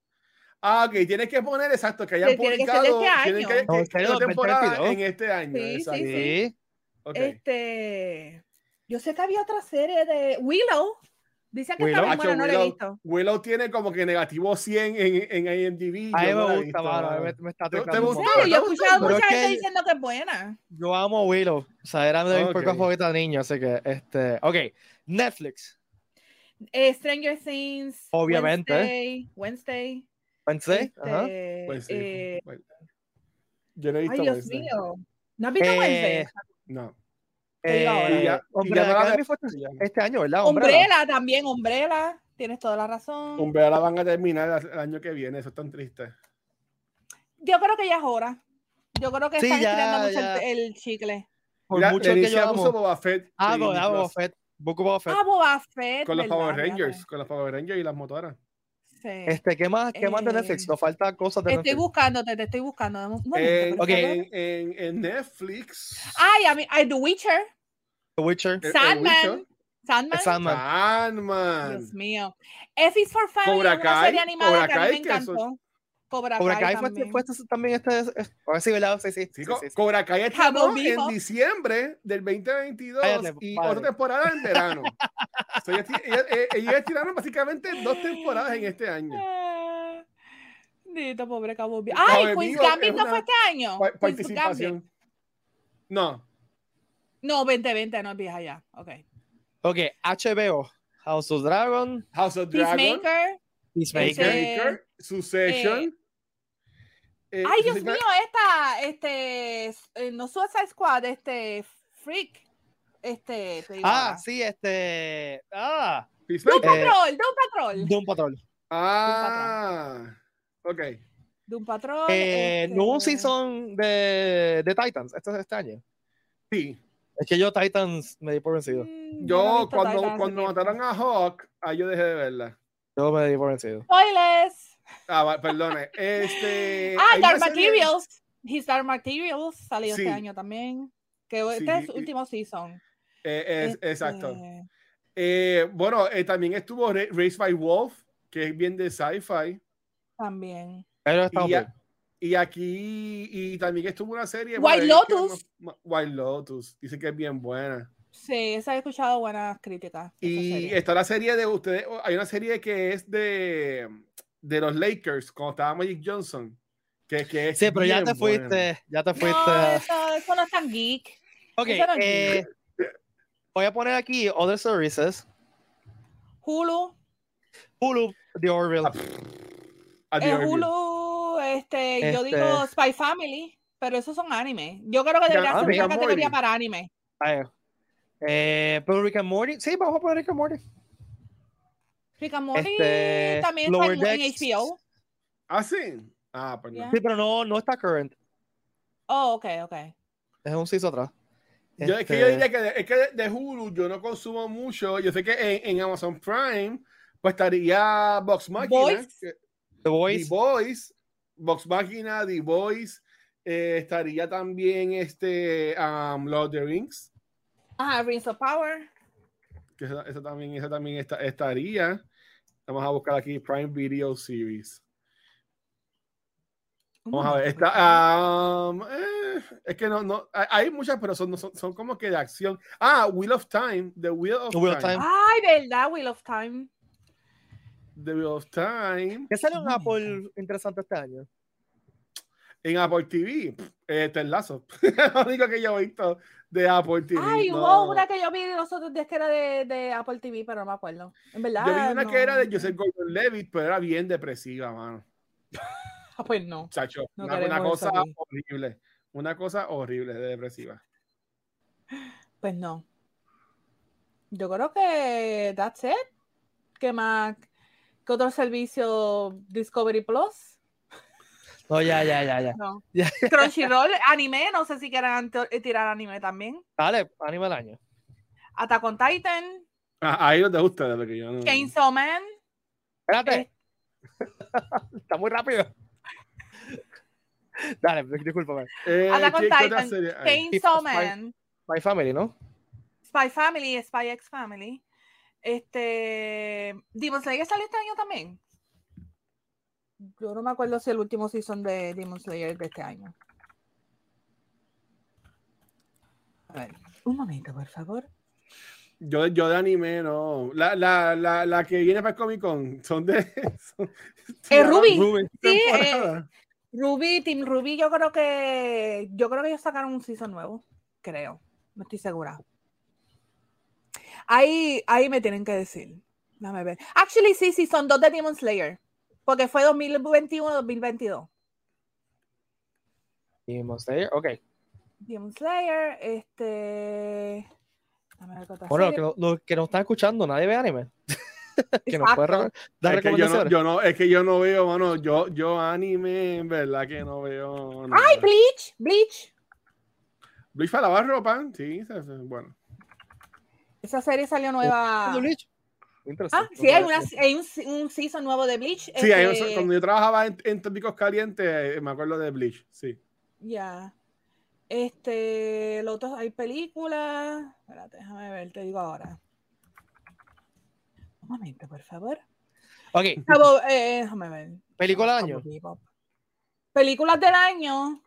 Ah, ok, tienes que poner exacto que hayan que tiene que ser publicado. de este tienen que- año. No, en que- que serio, una temporada 2022. en este año. Sí, sí, exacto. sí. Sí. Eh. Ok. Este, yo sé que había otra serie de Willow. Dicen que Willow. está bien buena, no la he Willow. visto. Willow tiene como que negativo 100 en, en IMDb. A mí yo no me la he gusta, visto, mano. a mí mano. Me, me está ¿Te- te tocando. un gusta? montón. Pero yo he escuchado Pero es mucha gente que- diciendo que es buena. Yo amo Willow. O sea, era de mis Ok. pocas favoritas de niño. Así que, este. Ok, Netflix. Eh, Stranger Things. Obviamente. Wednesday. Wednesday. Wednesday. Ajá. Este, Pues sí, eh, bueno. Yo no he visto ay, Dios Wednesday. mío. ¿No has visto Eh, Wednesday? No. te digo ahora. Eh, Y ya- Umbrella y ya no la- Academy fue este- Ya. este año, ¿verdad? Umbrella. Umbrella también, Umbrella. Tienes toda la razón. Umbrella la van a terminar el año que viene, eso es tan triste. Yo creo que ya es hora. Yo creo que Sí, están ya, estirando mucho el- ya. el, chicle. Por Mira, mucho que Leticia yo puso amo. Boba Fett Ah, en con ah, Boba Plus, Fett. Book of Boba Fett. Ah, Boba Fett, con los ¿verdad? Power Fíjate. Rangers, con los Power Rangers y las motoras. Sí. Este, ¿qué más, qué más de Eh, este Netflix? Nos falta cosas de Estoy Netflix. buscándote, te estoy buscando. Dame un momento, Eh, En, por favor. en, en- en Netflix. Ay, a mí, ay, The Witcher, The Witcher. eh, Sandman. Witcher, Sandman. Sandman. Sandman. Dios mío. F is for Family Cobra es una serie Kai, animada Cobra que a mí Kai, me que eso- encantó. Cobra, Cobra Kai fue, también. fue este- también este. es- A ver si, ¿verdad? Sí, sí. Sí, sí, co- sí, sí. Cobra Kai estrenó Cabo Vivo. en diciembre del 2022 Cállate, y padre. otra temporada en <laughs> verano. So, ellos, ti- ellos- eh, ellos estiraron básicamente dos temporadas en este año. Ah, Dito, pobre Cabo Vivo. Cabo Ay, Queen's Vivo es Gambit no una fue este año. Pa- Queen's Gambit. participación. No, No, 2020, no es vieja ya. Ok. Ok, HBO. House of Dragon. House of Dragon, Eh, Peacemaker. Peacemaker. Ese- Baker, Succession. eh, Ay, Dios Succession- mío, esta, este, s- eh, no Suicide Squad, este, Freak. Este, te digo Ah, ahora. sí, este. Ah, Peacemaker. eh, Patrol, Doom Patrol. Doom Patrol. Ah, ok. Doom Patrol. Eh, este, No hubo un season de, de Titans este, este año. Sí, Es que yo Titans me di por vencido. mm, no he yo visto cuando, Titans hace cuando tiempo. mataron a Hawk, ahí yo dejé de verla. Yo me di por vencido. Spoilers. Ah, <laughs> va, perdone. Este, Ah, hay Dark una serie- Materials. His Dark Materials salió Sí. este año también. Que este Sí, es su y- último season. Eh, es- Exacto. Este, Eh, bueno, eh, también estuvo Ra- Raised by Wolf, que es bien de sci-fi. También. Pero está Y, bien. a- y aquí, y también estuvo una serie. White bueno, es que Lotus. es más- más- White Lotus, dice que es bien buena. Sí, esa he escuchado buenas críticas. esa Y serie. está la serie de ustedes, o- hay una serie que es de, de los Lakers, cuando estaba Magic Johnson. Que, que es Sí, pero ya bien te buena. fuiste. Ya te fuiste. No, eso, eso no es tan geek. ok, eso no es eh, voy a poner aquí Other Services. Hulu. Hulu, The Orville. Ah, Ah, Eh, Dios mío. Hulu, este, yo Este- digo Spy Family, pero esos son anime. Yo creo que debería Ah, ser Rick una and categoría Morty. para anime. Ay, Ah, eh, pero Rick and Morty. Sí, vamos a poner Rick and Morty. Rick and Morty Este, también está Lower en, en Decks. HBO. Ah, sí. Ah, perdón. Ya. Sí, pero no, no está current. Oh, ok, ok. Es un season atrás. Yo, es que Este, yo diría que de, es que de, de Hulu yo no consumo mucho. Yo sé que en, en Amazon Prime pues estaría Box Máquina, Boys. que- The The Voice. Boys, Box Máquina, The Boys, eh, estaría también este um, Lord of the Rings, Ajá, Rings of Power. que esa, esa también, esa también esta- estaría. Vamos a buscar aquí Prime Video Series. Un Vamos a ver, momento, por favor. está, um, eh, es que no, no, hay- hay muchas, pero son, no son, son como que de acción. Ah, Wheel of Time, The Wheel of The Wheel of Time. Time. Ay, verdad, Wheel of Time. The Wheel of Time. ¿Qué salió en Ah, Apple interesante este año? en Apple TV, pff, eh, Ted Lasso. <laughs> lo único que yo he visto de Apple TV. Ay, no. hubo una que yo vi de los otros días que era de, de Apple TV, pero no me acuerdo. En verdad. Yo vi una no. que era de Joseph Gordon Levitt, pero era bien depresiva, mano. Ah, pues no. Chacho, No una, una queremos cosa eso aquí. horrible. Una cosa horrible de depresiva. Pues no. Yo creo que that's it. ¿Qué más? ¿Qué otro servicio? Discovery Plus. No, ya, ya, ya, ya. No. Ya. Crunchyroll, anime. No sé si quieran to- eh, tirar anime también. Dale, anime del año. Attack on Titan. Ah, ahí no te gusta, de lo que yo no. Chainsaw Man. eh, Espérate. Está muy rápido. <laughs> Dale, discúlpame. Eh, Attack on ¿qué- qué otra Titan, serie hay? Chainsaw Spy- Man. My Family, ¿no? Spy Family, Spy X Family. Este. Demon Slayer salió este año también. Yo no me acuerdo si el último season de Demon Slayer de este año. A ver, un momento, por favor. Yo, yo de anime, no. La, la, la, la que viene para el Comic Con son de. <laughs> son- Eh, Ruby. Ruby. Sí, eh, temporada. Ruby, Team Ruby, yo creo que. Yo creo que ellos sacaron un season nuevo. Creo. No estoy segura. Ahí, ahí me tienen que decir. Déjame ver. Actually, sí, sí, son dos de Demon Slayer. Porque fue 2021-2022. Demon Slayer, eh, ok. Demon Slayer, este. dame ver qué otra Bueno, serie. que lo- los que nos están escuchando, nadie ve anime. que nos puede re- dar Es que yo no, recomendaciones. yo no- es que yo no veo, mano. Yo, yo anime, en verdad que no veo. nada. Ay, Bleach, Bleach. Luis para lavar ropa, sí, se- se- bueno. Esa serie salió nueva. Ah, Bleach. Muy Ah, interesante. sí, hay, una, hay un, un season nuevo de Bleach. Sí, ahí- este, cuando yo trabajaba en, en Tópicos Calientes, eh, me acuerdo de Bleach, sí. Ya. Este, lo otro, hay películas. Espérate, déjame ver, te digo ahora. Un momento, por favor. Ok, Cabo- eh, déjame ver. película del año. Cabo Bebop. Películas del año.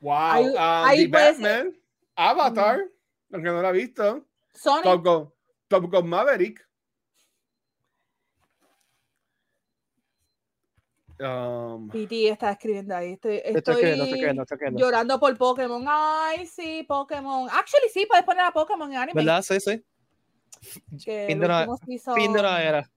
Wow. Ahí- ah, ahí The puede ser- Batman, Avatar, aunque no la he visto. Sonic. Top Gun, Top Gun Maverick. Um, Piti está escribiendo ahí. Estoy, Estoy estoy escribiendo, estoy escribiendo, estoy escribiendo. llorando por Pokémon. Ay, sí, Pokémon. Actually, sí, puedes poner a Pokémon en anime. ¿Verdad? Sí, sí. que Fin el de una- último season- Fin de una era.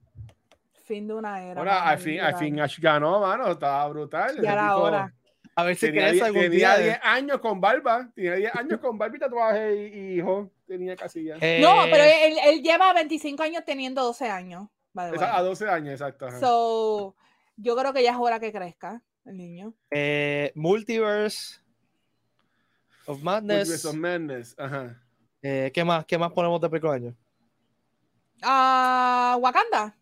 Fin de una era. ahora, mano, al fin, al literal. fin Ash ganó, mano. Estaba brutal. Ya ese era tipo hora. A ver si Tenía, crees die- algún tenía día. 10 años con barba. Tenía 10 años con barba y tatuaje y, y hijo. Tenía casi ya. Eh, No, pero él, él lleva 25 años teniendo 12 años. by the Esa- way. a 12 años, exacto. ajá. So, yo creo que ya es hora que crezca el niño. eh, Multiverse of Madness. Multiverse of Madness, ajá. Eh, ¿Qué más? ¿Qué más ponemos de película del año? Ah, Wakanda,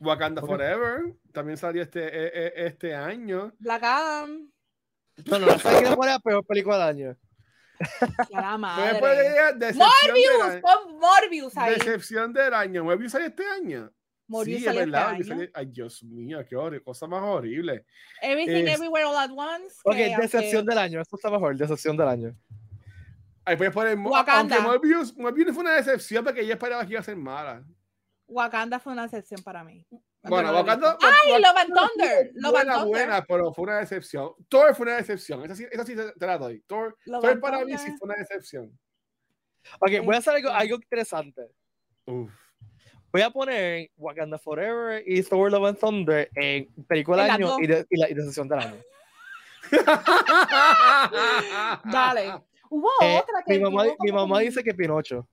Wakanda Ok. Forever. También salió este, eh, eh, este año. Black Adam, No, no, no sabes qué fuera la peor película del año. ya <laughs> la Fue madre. por la decepción del Morbius, año. pon Morbius ahí. Decepción del año. Morbius salió este año. Morbius sí, salió es este verdad. Morbius año. salió- Ay, Dios mío, qué horrible, cosa más horrible. Everything es- Everywhere All at Once. Ok, que aunque- decepción del año. Eso está mejor, decepción del año. Ahí puedes poner Mo- Wakanda. Aunque Morbius, Morbius no fue una decepción porque yo esperaba que iba a ser mala. Wakanda fue una excepción para mí. Cuando Bueno, lo vi. Wakanda. Ay, Love and Wakanda Thunder. estuvo Love and buena, Thunder. buena, pero fue una decepción. Thor fue una decepción. Esa sí, esa sí te te la doy. Thor, Love Thor and para mí sí Thunder. fue una decepción. Ok, voy a hacer algo, Este. algo interesante. Uf. Voy a poner Wakanda Forever y Thor Love and Thunder en película del En las año dos. Ah, y, de- y la y decepción del año. <laughs> Dale. Hubo Eh, otra que mi mamá, estuvo mi como mamá con- dice que Pinocho.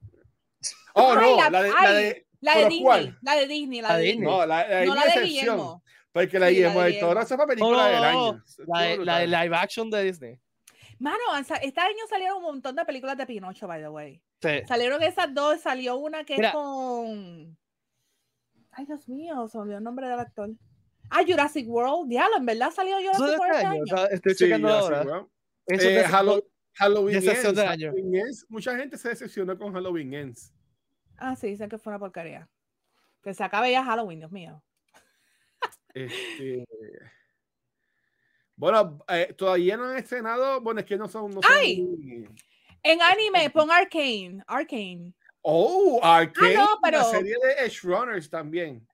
Oh, Ay, no, la- la de, la ay. de- La de ¿Pero Disney, cuál? la de Disney, la La de de Disney. Disney. No, la, la de No mi la de decepción, Guillermo. Porque la de Sí, la de Guillermo del Toro Guillermo. esa fue la película No, no, del no, año. Oh, La de, la de Brutal. live action de Disney. Mano, han sa- este año salieron un montón de películas de Pinocho, by the way. Sí. Salieron esas dos, salió una que Mira. es con. Ay, Dios mío, se me olvidó el nombre del actor. Ah, Jurassic World, diablo, en verdad salió Jurassic Eso es World este este año. año. o sea, estoy Sí, checando ya, sí, ahora. weón. Eso Eh, es Hallo- Halloween Ends. Decepción del año. Halloween Ends. Mucha gente se decepcionó con Halloween Ends. Ah, sí, dicen que fue una porquería. Que se acabe ya Halloween, Dios mío. Este, Bueno, eh, todavía no han estrenado. Bueno, es que no son. No son ¡Ay! En <laughs> anime, pon Arcane. Arcane. Oh, Arcane. Ah, no, pero- La serie de Edge Runners también.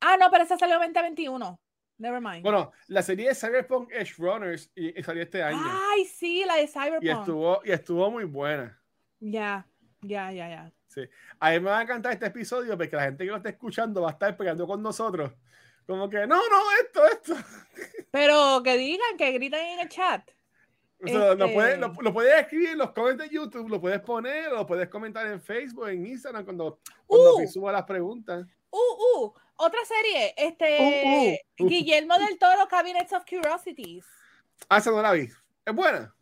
Ah, no, pero esa salió en 2021. Never mind. Bueno, la serie de Cyberpunk Edge Runners y, y salió este año. Ay, sí, la de Cyberpunk. y, estuvo, y estuvo muy buena. Ya, ya, ya, ya. A mí me va a encantar este episodio porque la gente que lo está escuchando va a estar peleando con nosotros. Como que, no, no, esto, esto. Pero que digan, que griten en el chat. O sea, lo, puedes, lo, Este- lo puedes escribir en los comments de YouTube, lo puedes poner, lo puedes comentar en Facebook, en Instagram, cuando, cuando Uh. me suba las preguntas. Uh, uh, otra serie, este Uh, uh. Guillermo del Toro, Cabinets of Curiosities. Ah, esa no la vi. Es buena.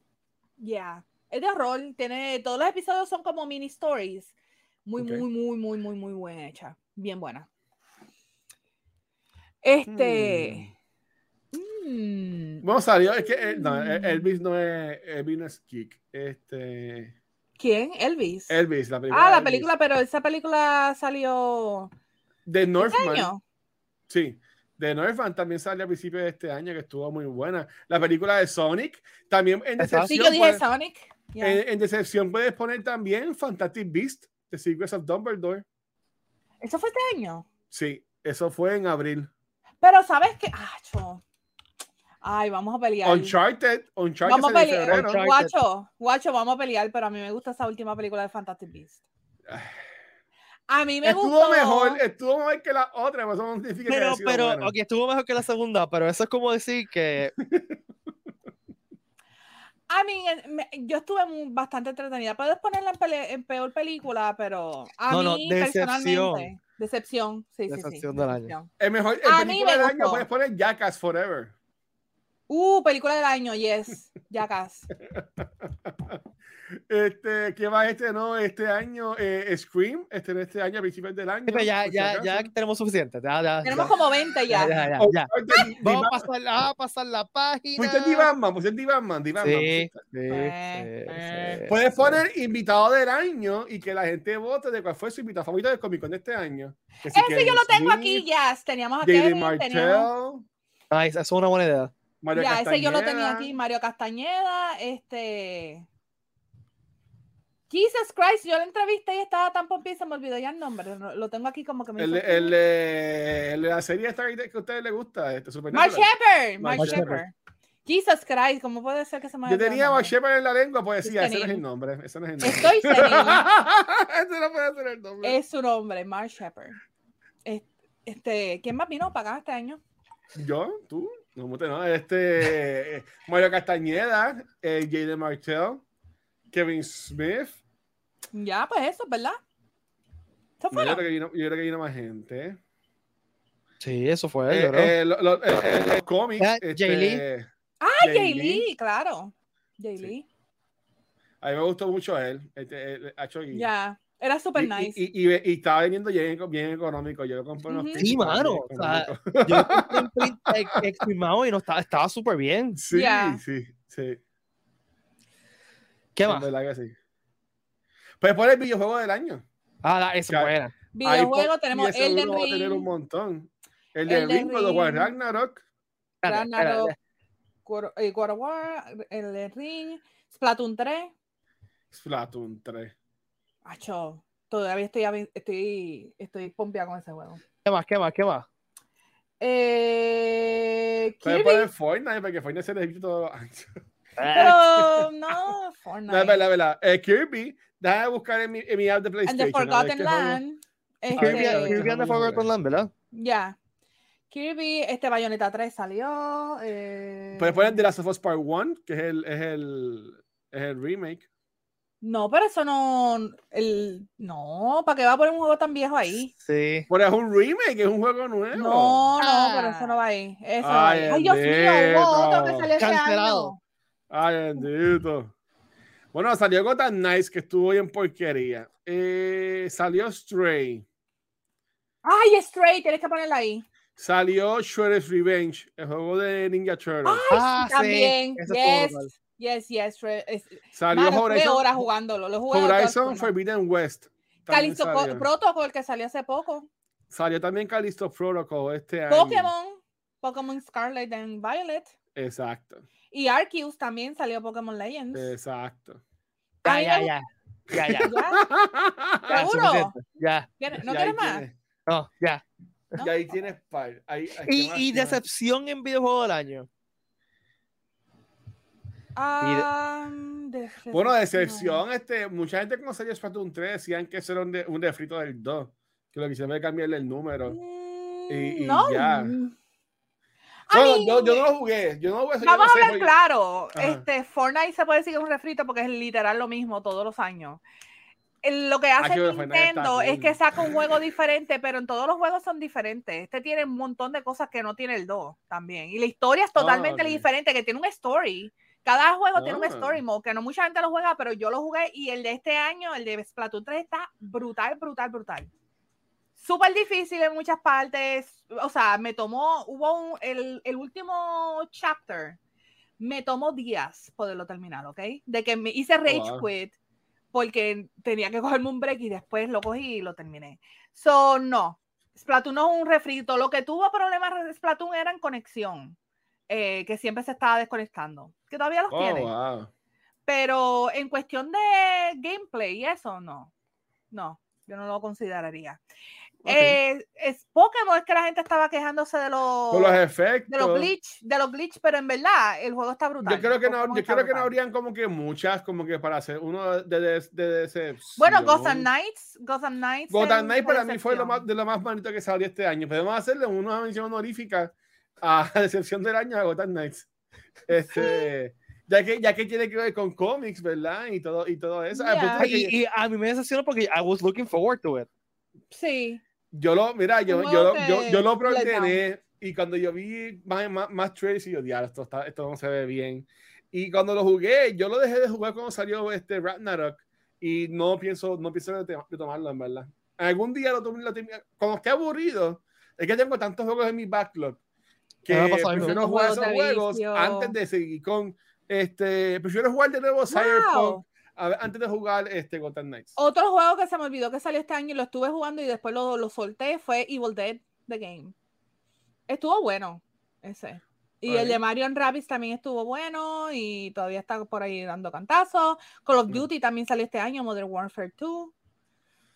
Ya, es de horror, tiene todos los episodios son como mini stories. Muy, Ok. muy, muy, muy, muy, muy buena hecha, bien buena. Este, Hmm. mm, Bueno, salió, es que eh, no, eh, Elvis no es, Elvis no es Kick. Este, ¿quién? Elvis. Elvis, la película. ah, de la Elvis. película, pero esa película salió De este Northman. año. Sí. De Northman también salió a principios de este año, que estuvo muy buena. La película de Sonic, también en Exacto. decepción. Sí, yo dije puedes- Sonic. ya. en, en decepción puedes poner también Fantastic Beast, The Secrets of Dumbledore. Eso fue este año. Sí, eso fue en abril. Pero sabes que, ah, cho. ay, vamos a pelear. Uncharted, Uncharted Vamos a salió en pelear. febrero. Uncharted. Guacho, guacho, vamos a pelear, pero a mí me gusta esa última película de Fantastic Beast. A mí me Estuvo gustó. mejor, eh. estuvo mejor que la otra, pero eso no significa que Pero, haya sido pero, buena. ok, estuvo mejor que la segunda, pero eso es como decir que A mí, en- me- yo estuve mu- bastante entretenida. Puedes ponerla en, pele- en peor película, pero a No, no, mí decepción. personalmente. Decepción, sí, sí, sí. Decepción del año. El mejor, el A mí película me del año gustó. puedes poner Jackass Forever. Uh, película del año, yes. <laughs> Jackass. Este, ¿qué va este no? Este año eh, Scream, este en este año a principios del año. Pero ya, por si ya, acaso. ya tenemos suficiente. Ya, ya, Tenemos ya, como 20 ya. ya, ya, ya, Oh, ya. fuiste Di- Vamos a Di- pasar, la- a pasar la página. Fuiste Di Batman, fuiste Di Batman, Di Batman, Sí, sí, fuiste. Eh, sí, eh. sí, Puedes sí. poner invitado del año y que la gente vote de cuál fue su invitado favorito del Comic Con de este año. Que si Ese Kevin yo lo tengo Smith, aquí, yes. Teníamos a J.D. Kevin, teníamos. Martell, Ay, eso es una buena idea. Mario Ya, ese yo lo tenía Castañeda. aquí, Mario Castañeda, este. Jesus Christ, yo la entrevisté y estaba tan pompía y se me olvidó ya el nombre. Lo lo tengo aquí como que me. El, hizo- el, eh, el de la serie esta que que a ustedes les gusta, este Supernatural. Mark Shepard, Mark Mark Shepard. Shepard. Jesus Christ, ¿cómo puede ser que se me haya Yo olvidado el tenía Mark nombre? Shepard en la lengua, pues decía, ese Tenía. no es el nombre, ese no es el nombre. <laughs> Estoy segura. ese no puede ser el nombre. es su nombre, Mark Shepard. Es- Este, ¿Quién más vino para acá este año? Yo, tú, no, mute, no, este, eh, Mario Castañeda, eh, Jaden Martell, Kevin Smith, Ya, pues eso, ¿verdad? Eso No, fue. yo, creo que vino, yo creo que vino más gente. Sí, eso fue, Eh, yo creo. Eh, eh, lo- lo- eh, eh, los cómics. Ah, este, Jay Lee. Ah, Jay Jay Lee. Lee, claro. Jay Sí. Lee. A mí me gustó mucho él. Este, él, ha hecho y- Ya. Era súper y- nice. Y, y, y- y estaba vendiendo bien, eco- bien económico. Yo lo compré unos Ujú. prints, Sí, estaba bien mano, o sea, económico. <laughs> Yo lo compré en print ex- exprimado y no estaba, estaba súper bien. Sí, Ya. sí, sí. ¿Qué en más? verdad que sí. Pues por el videojuego del año. Ah, la, esa es Claro. buena. Ahí Videojuego, por- tenemos pues, y de seguro Elden va a tener un Ring, montón. El de Elden Ring, God of War Ring. Ragnarok. Espérate, espérate. Ragnarok, God eh, God of War, Elden Ring, Splatoon 3. Splatoon 3. Acho, todavía estoy, avi- estoy, estoy pompeada con ese juego. ¿Qué más? ¿Qué más? ¿Qué más? Eh, Puedes <laughs> Kirby, poner Fortnite, porque Fortnite se les visto <laughs> todos los años. Eh, pero no, Fortnite. No, es verdad, es verdad. Eh, Kirby, deja de buscar en mi, en mi app And de the PlayStation. a ver Forgotten qué juego- Land. Kirby, Este- Kirby and the Forgotten Land, ¿verdad? Ya. Kirby, este Bayonetta 3 salió. Eh... Puedes poner The Last of Us Part 1, que es el, es el, es el remake. No, pero eso no. El... No, ¿para qué va a poner un juego tan viejo ahí? Sí. Bueno, es un remake, es un juego nuevo. No, no, pero eso no va ahí. Eso no va Ay, ahí. Ay, Dios mío, hubo otro que bendito. salió este Cancelado. año. Ay, bendito. Bueno, salió Gotham Nice, que estuvo bien porquería. Eh, salió Stray. Ay, Stray, tienes que ponerla ahí. Salió Shredder's Revenge, el juego de Ninja Turtles. Ah, También. sí. Ese estuvo Yes, brutal. yes, yes. Stray. Es- salió Mano, estuve Horizon, horas jugándolo. Lo jugué de todas Horizon formas. Forbidden West. También Callisto Co- salió. Protocol que salió hace poco. Salió también Callisto Protocol este año. Pokémon, Pokémon Scarlet and Violet. Exacto, Y Arceus también salió Pokémon Legends. exacto. Ya, Ay, ya, me ya. Ya, ya. Ah, ¿Ya? Ya, ¿Seguro? suficiente. Ya, ¿Quieres- <laughs> ¿No Y ahí quieres más? tienes- no, ya. ¿No? Y ahí tienes par. Ahí, ahí- ¿qué Y, más y tienes? decepción en videojuego del año. Ah, decepción. Bueno, decepción, este, mucha gente cuando salió Splatoon 3 decían que eso era un, de- un refrito del 2, que lo que hicieron fue cambiarle el número. Mm, Y- y no. ya. A No, mí- no, yo, yo no lo jugué, yo no lo jugué. eso yo Vamos no a sé, hablar porque- claro. Ajá. Este, Fortnite se puede decir que es un refrito porque es literal lo mismo todos los años. El- Lo que hace pero Fortnite está Nintendo es cool. que saca un juego diferente, pero en todos los juegos son diferentes. Este tiene un montón de cosas que no tiene el 2 también. Y la historia es Ah, totalmente ok. diferente, que tiene un story. Cada juego tiene un Ah. story mode, que no mucha gente lo juega, pero yo lo jugué y el de este año, el de Splatoon 3, está brutal, brutal, brutal. Súper difícil en muchas partes. O sea, me tomó, hubo un, el, el último chapter, me tomó días poderlo terminar, ¿ok? De que me hice rage wow. quit porque tenía que cogerme un break y después lo cogí y lo terminé. So, no. Splatoon no es un refrito. Lo que tuvo problemas de Splatoon era en conexión, eh, que siempre se estaba desconectando, que todavía los Oh, tiene. wow. Pero en cuestión de gameplay y eso, no. No, yo no lo consideraría. Ok. Eh, es Pokémon es que la gente estaba quejándose de los, Con los de efectos. los glitch, de los glitch, pero en verdad el juego está brutal. Yo creo que no, Pokémon yo está creo que no brutal. habrían como que muchas, como que para hacer uno de, de, de decepción. Bueno, Gotham Knights, Gotham Knights. Gotham es Knight una para mí fue lo más, decepción. de lo más bonito que salió este año. Podemos hacerle una mención honorífica a <laughs> decepción del año a Gotham Knights. Este, ya, que, ya que tiene que ver con cómics, ¿verdad? Y todo, y todo eso. Ah, pues, Al punto de que Y, y a mí me decepcionó porque I was looking forward to it. Sí. yo lo, mira, yo, Un yo, lo- juego yo, yo lo que let down. preordené y cuando yo vi más, más, más trailers, y yo, diablo, esto, está- esto no se ve bien. Y cuando lo jugué, yo lo dejé de jugar cuando salió este Ragnarok y no pienso, no pienso de, de tomarlo, en verdad. Algún día lo, tom- lo termi- Cuando esté aburrido, es que tengo tantos juegos en mi backlog que Me va a pasar lo mismo. prefiero jugar esos Juegos de juegos vicio. antes de seguir con este. Prefiero jugar de nuevo Cyberpunk Wow. Oh, a ver, antes de jugar este Gotham Knights. Otro juego que se me olvidó que salió este año y lo estuve jugando y después lo, lo solté fue Evil Dead The Game. Estuvo bueno ese. Y el de Ok. Mario Rabbids también estuvo bueno y todavía está por ahí dando cantazos. Call of Mm. Duty también salió este año, Modern Warfare 2.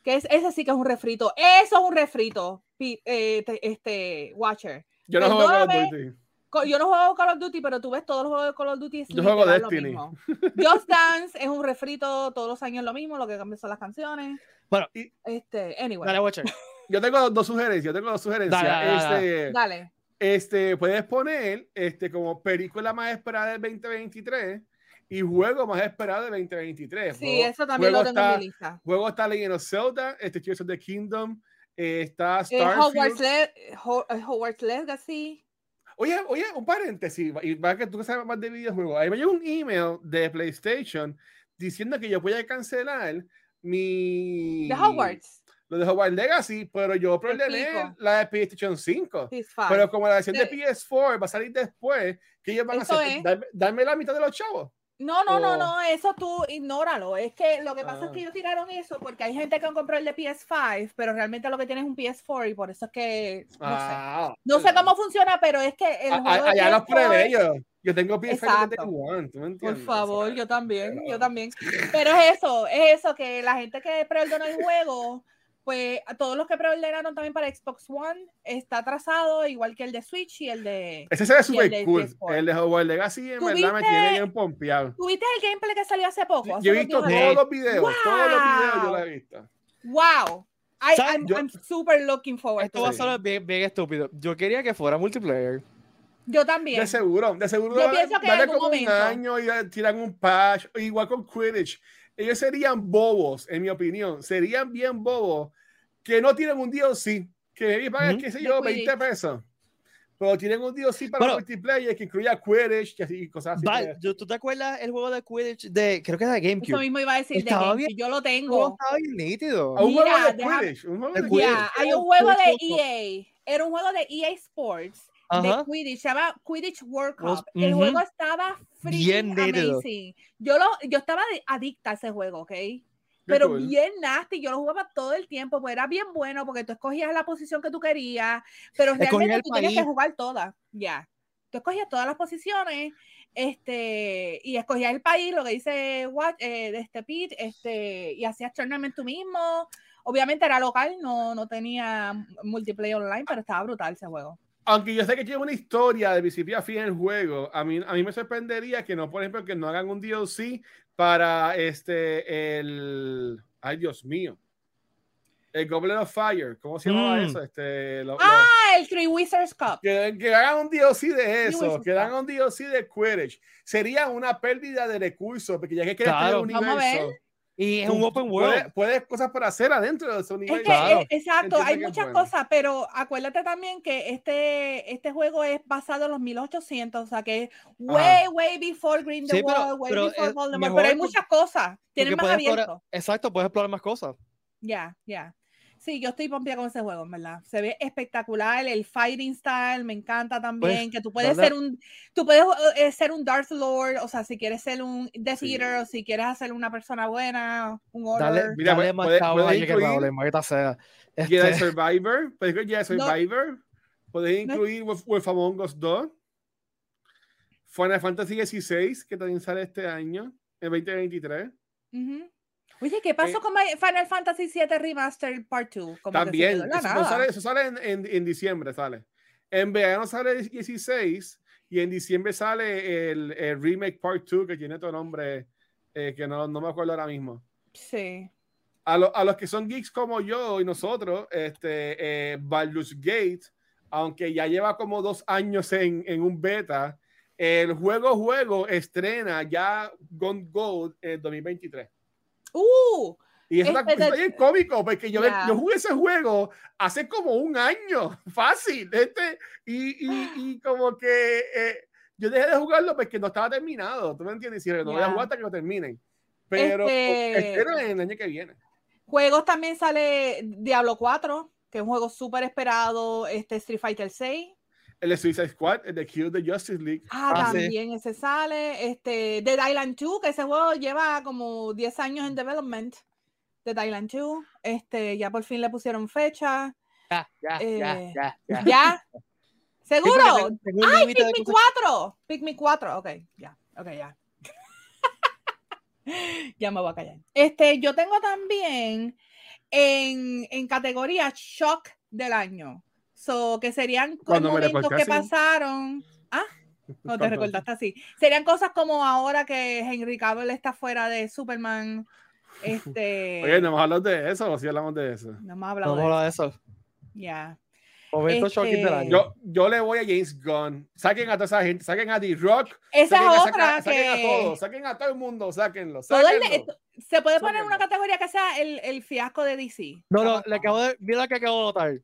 Que es, ese sí que es un refrito. Eso es un refrito, Pi- eh, te- este Watcher. Yo no juego Call of perdóname, Duty. Co- Yo no juego Call of Duty, pero tú ves todos los juegos de Call of Duty. Es Yo juego literal lo Destiny. <laughs> mismo. Just Dance es un refrito todos los años lo mismo, lo que cambian son las canciones. Bueno. Y- este, Dale, anyway, dale. Watcher. Yo tengo dos sugerencias, yo tengo dos sugerencias. Dale, dale, dale, este, este, puedes poner este, como película más esperada del 2023 y juego más esperado del 2023. Sí, Juego- eso también lo juego tengo está, en mi lista. Juego está Legend of Zelda, este Tears of the Kingdom, eh, está Eh, Hogwarts, Starfield. Le- Ho- eh, Hogwarts Legacy. Oye, oye, un paréntesis, y va que tú que sabes más de videojuegos. Ahí me llegó un email de PlayStation diciendo que yo podía cancelar mi... De Hogwarts. Lo de Hogwarts Legacy, pero yo preordené explico. la de PlayStation 5. It's fine. Pero como la versión de De- PS4 va a salir después, que ellos van a eh, Eso hacer? es. Darme, darme la mitad de los chavos. No, no, o- no, no, eso tú ignóralo. Es que lo que pasa es Ah. que ellos tiraron eso porque hay gente que compró el de PS5, pero realmente lo que tiene es un PS4 y por eso es que no Ah, sé. No sé cómo funciona, pero es que el juego de allá los PS4 prevé yo. Yo tengo PS5 Exacto. que tengo One, ¿tú me Por entiendes? favor, O sea, yo también, pero- yo también. Pero es eso, es eso, que la gente que preordenó el juego, pues a todos los que preordenaron también para Xbox One, está atrasado, igual que el de Switch y el de... Ese se Y ve el súper de cool. PS4. El de Hogwarts Legacy, en ¿Tú verdad, me viste? tiene bien pompeado. ¿Tuviste el gameplay que salió hace poco? Yo Hace yo he unos visto días días. todos los videos, todos los videos yo ¡Wow! los he visto. atrás. ¡Wow! I- ¿Sabes? I'm, Yo- I'm super looking forward Esto to va a it. Sí. ser bien, bien estúpido. Yo quería que fuera multiplayer. Yo también. De seguro, de seguro. Yo va- pienso que en dale algún como un momento. año y ya tiran un patch, igual con Quidditch. Ellos serían bobos, en mi opinión. Serían bien bobos que no tienen un DLC, que maybe pagan, Ujú. qué sé De yo, Quidditch. 20 pesos. Pero tienen un DLC para Bueno. multiplayer que incluya Quidditch y así, y cosas así. Va, que- yo- ¿Tú te acuerdas el juego de Quidditch de, creo que era de Eso GameCube? mismo iba a decir de Estaba GameCube, bien. Yo lo El juego tengo. estaba bien nítido. a un Mira, juego de déjame- Quidditch. Un juego de de Quidditch. Quidditch. Ya, hay Era un un juego de juego. EA. Era un juego de EA Sports. Ajá. de Quidditch, se llama Quidditch World Cup. Los- El ujú. juego estaba Bien freaking nítido. amazing. Yo, lo, yo estaba de- adicta a ese juego, ¿ok? Qué Pero cool. bien nasty, yo lo jugaba todo el tiempo, pues era bien bueno porque tú escogías la posición que tú querías, pero Escogías realmente el tú tenías que país. jugar todas, ya. Tú escogías todas las posiciones, este, y escogías el país, lo que dice Wat- eh, de este Pete, este, y hacías tournament tú mismo. Obviamente era local, no, no tenía multiplayer online, pero estaba brutal ese juego. Aunque yo sé que tiene una historia de principio a fin el juego, a mí, a mí me sorprendería que no, por ejemplo, que no hagan un DLC para este, el... Ay, Dios mío. El Goblet of Fire. ¿Cómo se llamaba Mm. eso? Este, lo- lo- Ah, el Three Wizards Cup. que, que hagan un DLC de eso, Wizards que hagan un DLC de Quidditch. Sería una pérdida de recursos, porque ya que creas Claro. un Vamos a ver. universo, Y es tú- un open world. Puedes, puedes cosas para hacer adentro de ese Es que, universo. Claro. eh, exacto, Entiendo hay que es muchas bueno. cosas, pero acuérdate también que este, este juego es basado en los 1800, o sea que es way, way before Green the Sí, pero- Wall, way pero before es Voldemort, mejor pero hay porque- muchas cosas, tienen porque más puedes explorar- abierto. Exacto, puedes explorar más cosas. Ya, ya. Sí, yo estoy pompeada con ese juego, en verdad. Se ve espectacular, el fighting style me encanta Pues, también, que tú puedes dale. ser un, tú puedes eh, ser un Darth Lord, o sea, si quieres ser un Death Sí. Eater, o si quieres hacer una persona buena, un Dale, Order. Mira, dale puede- más puede- chavos puede ahí que el incluir- doble, maldita sea. Jedi Este, Survivor, puedes incluir Jedi No. Survivor, puedes No. incluir Wolf, Wolf Among Us 2, Final Fantasy 16 que también sale este año, en 2023. Ujú. Oye, ¿qué pasó Eh, con My- Final Fantasy VII Remastered Part 2? Como que se También, quedó en la eso, no nada. sale, eso sale en, en- en diciembre, sale. En verano sale el 16 y en diciembre sale el, el remake part 2 que tiene otro nombre eh, que no, no me acuerdo ahora mismo. Sí. A, lo- a los que son geeks como yo y nosotros, este, eh, Baldur's Gate, aunque ya lleva como dos años en, en un beta, el juego juego estrena ya Gone Gold en 2023. ¡Uh! Y eso, Es está, eso está verdad. bien cómico, porque yo, Ya. yo jugué ese juego hace como un año, <laughs> fácil, este, y, y, y como que eh, yo dejé de jugarlo porque no estaba terminado, ¿tú me entiendes? Y no voy a Ya. jugar hasta que lo terminen. Pero Este- espero en el año que viene. Juegos también sale Diablo 4, que es un juego súper esperado, este Street Fighter 6. El de Suicide Squad, el de Kill the Justice League. Ah, Ah, sí. también ese sale. Este, Dead Island 2, que ese juego lleva como 10 años en development. Dead Island 2. Este, ya por fin le pusieron fecha. Ya, ya, Eh, ya, ya, ya. ¿Ya? Sí, <laughs> ¿Seguro? porque tengo- tengo un límite de Pikmin cosas- 4. Pikmin 4. Ok, ya. Ok, ya. <laughs> ya me voy a callar. Este, yo tengo también en, en categoría shock del año. So, que serían los Cuando me momentos recorté que así. pasaron. Ah, no Cuando- te recordaste así. Serían cosas como ahora que Henry Cavill está fuera de Superman. Este. <laughs> Oye, no hemos hablado de eso, o sí hablamos de eso. no hemos hablado No de vamos a hablar de eso. eso. Ya. Momento Este- shocking del año. Yo, yo le voy a James Gunn. Saquen a toda esa gente, saquen a D-Rock, Esa saquen, es a- otra saca- saquen que- a todos, saquen a todo el mundo, sáquenlo. Todo el- sáquenlo. se puede poner en una Sáquenlo. categoría que sea el, el fiasco de DC. no, Ah, no, le acabo de, mira la que acabo de notar.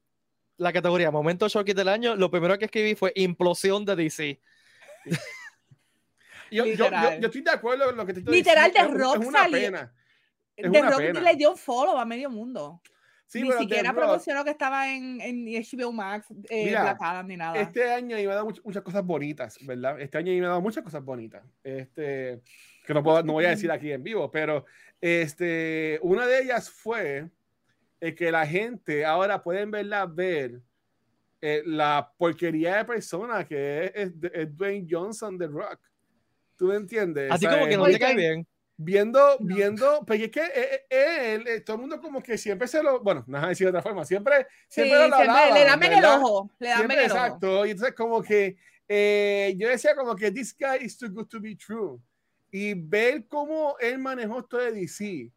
La categoría Momento shocking del año, lo primero que escribí fue implosión de DC. Yo, yo- yo- Literal. yo estoy de acuerdo con lo que te estoy Literal, diciendo. The es- Rock es una salió- pena. Es The una Rock pena. le dio un follow a medio mundo. Sí, ni pero The siquiera Rock promocionó que estaba en, en HBO Max, eh, Mira, Black Adam ni nada. Este año a mí me ha dado much- muchas cosas bonitas, ¿verdad? Este año a mí me ha dado muchas cosas bonitas. Este, que no, puedo- no voy a decir aquí en vivo, pero este, una de ellas fue eh, que la gente ahora pueden verla ver eh, la porquería de persona que es, es- es Dwayne Johnson de Rock. ¿Tú me entiendes? Así O sea, como que no Oye, te cae bien. viendo, No. viendo, porque es que eh, eh, él, eh, todo el mundo como que siempre se lo, bueno, no es decir de otra forma, siempre, Sí, siempre lo siempre alaban, le dan en el ¿verdad? ojo. Le dan Siempre, en el ojo. exacto, y entonces como que eh, yo decía como que this guy is too good to be true, y ver cómo él manejó esto de DC,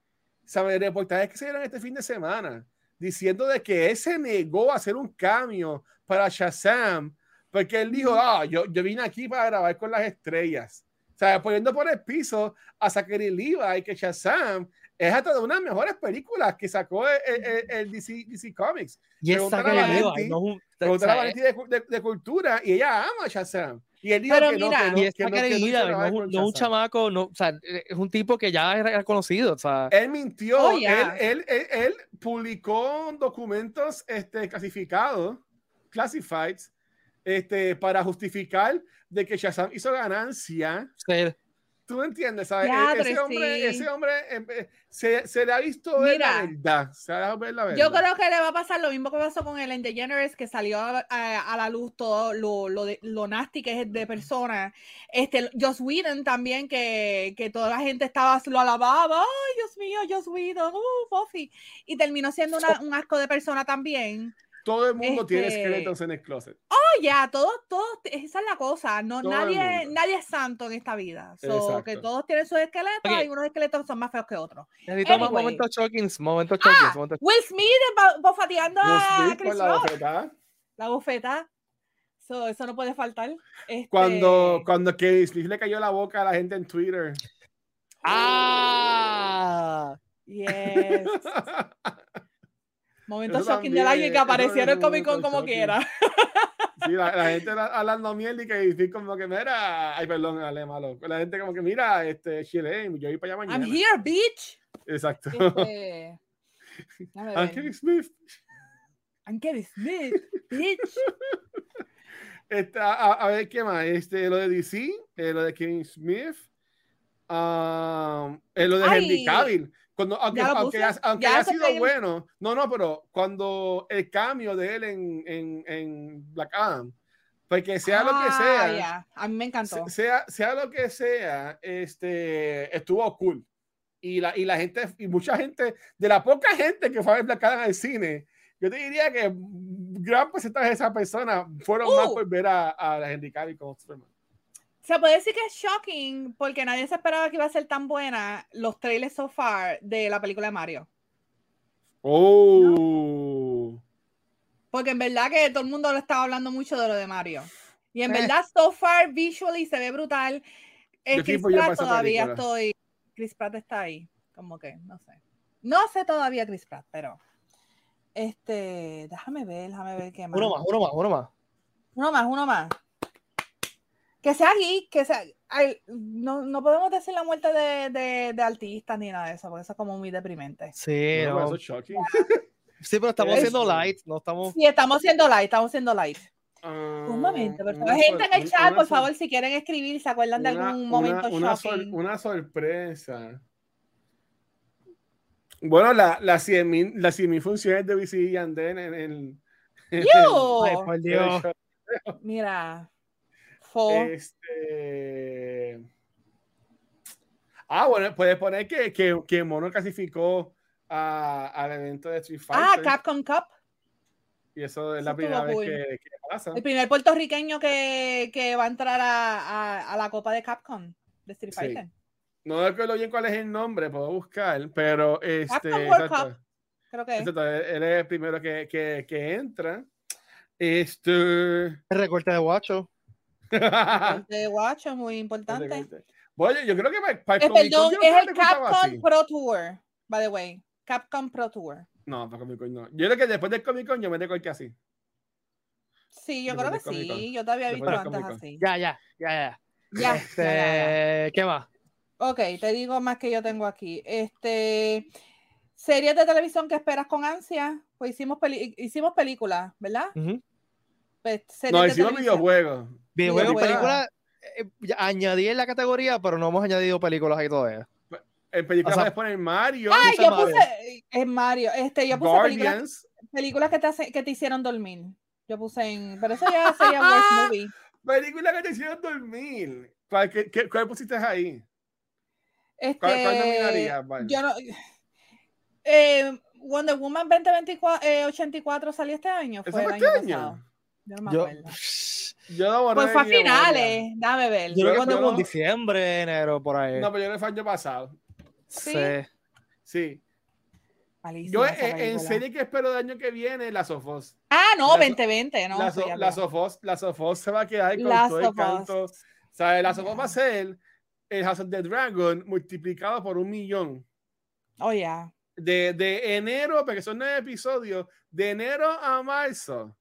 ¿sabes? Reportajes que se dieron este fin de semana, diciendo de que él se negó a hacer un cambio para Shazam, porque él dijo, ah, yo, yo vine aquí para grabar con las estrellas. O sea, poniendo por el piso a Zachary Levi, que Shazam es hasta de una de las mejores películas que sacó el, el- el- el DC, DC Comics. Y es Preguntar a Zachary Valenti, Levi, no es un- Preguntar a o sea, Valentín de, cu- de- de cultura y ella ama a Shazam. Y él dijo Pero que mira, no, que no, Y es que no, Zachary que no Levi, hizo no nada es con un, no es un Shazam. chamaco, no, o sea, eh, es un tipo que ya era conocido, o sea, Él mintió, Oh, yeah. él, él- él- él publicó documentos este, clasificados, classified, este, para justificar de que Shazam hizo ganancia. se- Tú entiendes, ¿sabes? Ya, E- ese, pero hombre, sí. ese hombre eh, eh, se, se le ha visto ver la Mira, verdad. Se ha dejado ver la verdad. Yo creo que le va a pasar lo mismo que pasó con el Generous que salió a, a- a la luz todo lo, lo, de- lo nasty que es de persona. Este, Joss Whedon también, que, que toda la gente estaba, lo alababa, ay Dios mío, Joss Whedon, uh, Buffy", Y terminó siendo una- un asco de persona también. Todo el mundo tiene este, esqueletos en el closet. Oh, ya, todos, todos, esa es la cosa. No, Todo el nadie, mundo. nadie es santo en esta vida. So, Exacto. que todos tienen sus esqueletos Ok. y unos esqueletos son más feos que otros. necesitamos Anyway. momentos shockings, momentos shockings, momentos- Will Smith eh, bo- bofateando a Will Smith Ah, Chris con la Rock. bofetada. La bofeta. So, eso no puede faltar. Este, Cuando, cuando Kevin Smith le cayó la boca a la gente en Twitter. <laughs> ¡Ah! Este, Yes. <laughs> Momentos Eso shocking del año y también, que eso aparecieron en es un Comic Con momento como shocking. quiera. Sí, la, la gente la- hablando miel y Kevin Smith como que mira. Ay, perdón, Ale, malo. La gente como que mira, este, Chile, yo voy para allá I'm mañana. here, bitch. Exacto. Este, <laughs> déjame Ah, ver. Kevin Smith. I'm Kevin Smith, bitch. Este, a, a- a ver, ¿qué más? Este, lo de DC, eh, lo de Kevin Smith, ah, eh, lo de Ay, Henry Cavill. Cuando, aunque ya lo aunque, puse, ha- aunque ya haya se sido te- bueno, no, no, pero cuando el cambio de él en, en, en Black Adam, porque sea lo que Ah, sea, ya. A mí me encantó. se- sea, sea lo que sea, este, estuvo cool. Y la, y la gente, y mucha gente, de la poca gente que fue a ver Black Adam al cine, yo te diría que gran porcentaje de esas personas fueron Uh. más por ver a, a la Henry Cavill como Superman. Se puede decir que es shocking porque nadie se esperaba que iba a ser tan buena los trailers so far de la película de Mario. Oh. Porque en verdad que todo el mundo lo estaba hablando mucho de lo de Mario. Y en Eh. verdad, so far, visually se ve brutal. Eh, Yo Chris flipo yo para Pratt esa todavía película. estoy. Chris Pratt está ahí. Como que, no sé. No sé todavía Chris Pratt, pero. Este, déjame ver, déjame ver qué más. Uno más, uno más, uno más. Uno más, uno más. Que sea geek, que sea. ay, no, no podemos decir la muerte de, de, de artistas ni nada de eso, porque eso es como muy deprimente. Sí, No, no. eso es shocking. sí, pero estamos Es- haciendo light, no estamos. Sí, estamos haciendo live, estamos haciendo live. Un momento, Ah, por favor. Gente en el chat, por favor, si quieren escribir, se acuerdan de algún momento una, sor- shocking. una sorpresa. Bueno, la, la 100.000 las 100.000 funciones de BC y Anden en el. ¡Yo! pues, Ay, por en el Dios. show. Mira. Fo. Eh, Este. Ah, bueno, puedes poner que, que, que Mono clasificó a- al evento de Street ah, Fighter. Capcom Cup. y eso es la eso primera vez estuvo que, que pasa. El primer puertorriqueño que, que va a entrar a, a- a la copa de Capcom de Street Sí. Fighter. No recuerdo bien cuál es el nombre, puedo buscar, pero este. Capcom World eh. exacto. Creo que. es. Exacto, él él es el primero que, que, que entra. Este. El recorte de guacho. ah. <laughs> De guacho, muy importante. Bueno, yo creo que para, para Eh, Comic Con perdón, yo no creo es que el le gustaba Capcom así. Pro Tour, by the way. Capcom Pro Tour. No, para Comic Con no. Yo creo que después del Comic Con yo me recorté así. Sí, yo creo Después que del Comic sí. Con. Yo te había visto Después del antes Comic Con. así. Ya, ya, ya, ya. Ya, Este, ya, ya, ya. ¿Qué más? Ok, te digo más que yo tengo aquí. Este, series de televisión que esperas con ansia. Pues hicimos, peli- hicimos películas, ¿verdad? Ujú. Pues, series No, de hicimos televisión. videojuegos. Videojuegos, Videojuegos. películas. eh, ya añadí en la categoría, pero no hemos añadido películas ahí todavía. En películas O sea- puedes poner Mario. Ay, puse yo Mario, puse en Mario. Este, yo puse películas, Guardians. películas que, te hace- que te hicieron dormir. Yo puse en. Pero eso ya sería <laughs> worst movie. Películas que te hicieron dormir. ¿Cuál, qué- qué- cuál pusiste ahí? Este, ¿Cuál, cuál nominarías, Val? Yo no. Eh, Wonder Woman 2024 eh, 84 salió este año. ¿Eso fue el fue año este año? pasado. Yo no me Yo, acuerdo. Yo Pues fue a no borré mi memoria. finales, dame ver. yo creo que Yo- fue yo- como en diciembre, enero, por ahí. No, pero yo no fue año pasado. sí. sí. Sí. Malísima Yo esa eh, en película. serie que espero del año que viene, Las of Us. Ah, no, Las- 2020, no. la, eso so- ya pues. la hablamos. Sofos, la Sofos se va a quedar con Last todo el of Us. canto. O sea, la Sofos Ya. va a ser el House of the Dragon multiplicado por un millón. Oh, ya. De, de enero, porque son nueve episodios, de enero a marzo,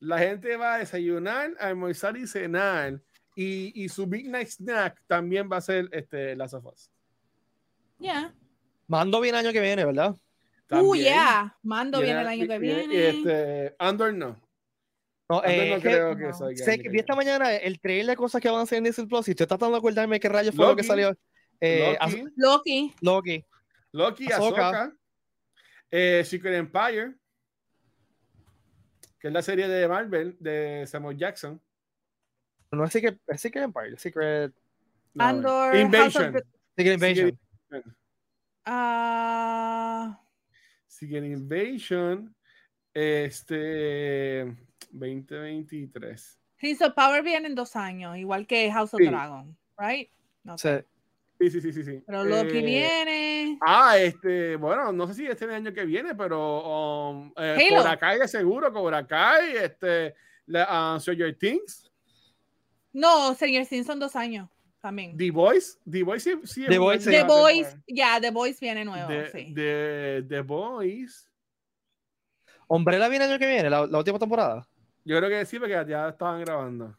la gente va a desayunar, almorzar y cenar. Y, y su Big Night Snack también va a ser este, la Sofos. Ya. Mando bien año que viene, ¿verdad? Uh, ya. Mando viene el año que viene. Este, Andor no. No, Andor eh, no es que creo que, no. salga el sé año que que vi esta viene. mañana el trailer de cosas que van a hacer en Disney Plus y estoy tratando de acordarme qué rayos fue lo que Loki. salió. Eh, Loki. Az- Loki. Loki. Loki, Ahsoka. Ahsoka, eh, Secret Empire, que es la serie de Marvel de Samuel Jackson. No es Secret, es Secret Empire, Secret, No, Andor, bueno. House of Invasion. Secret Invasion. Secret- Ah, Secret Invasion. Este. 2023. Rings of Power viene en dos años, igual que House of Sí. Dragon, right? No O sea, Sí, sí, sí, sí. sí. Pero Loki Eh, viene. Ah, este, bueno, no sé si este año que viene, pero um, eh, Halo. Cobra Kai de seguro, Cobra Kai, este, la, ah, Stranger Things, No, señor Simpson dos años también. The Voice, The Voice sí, sí es The un Voice The año sí. de la Boys, temporada. ya, The Boys viene nuevo, de, sí. de, de Boys. Umbrella viene año que viene, la, la última temporada. Yo creo que sí, porque ya estaban grabando.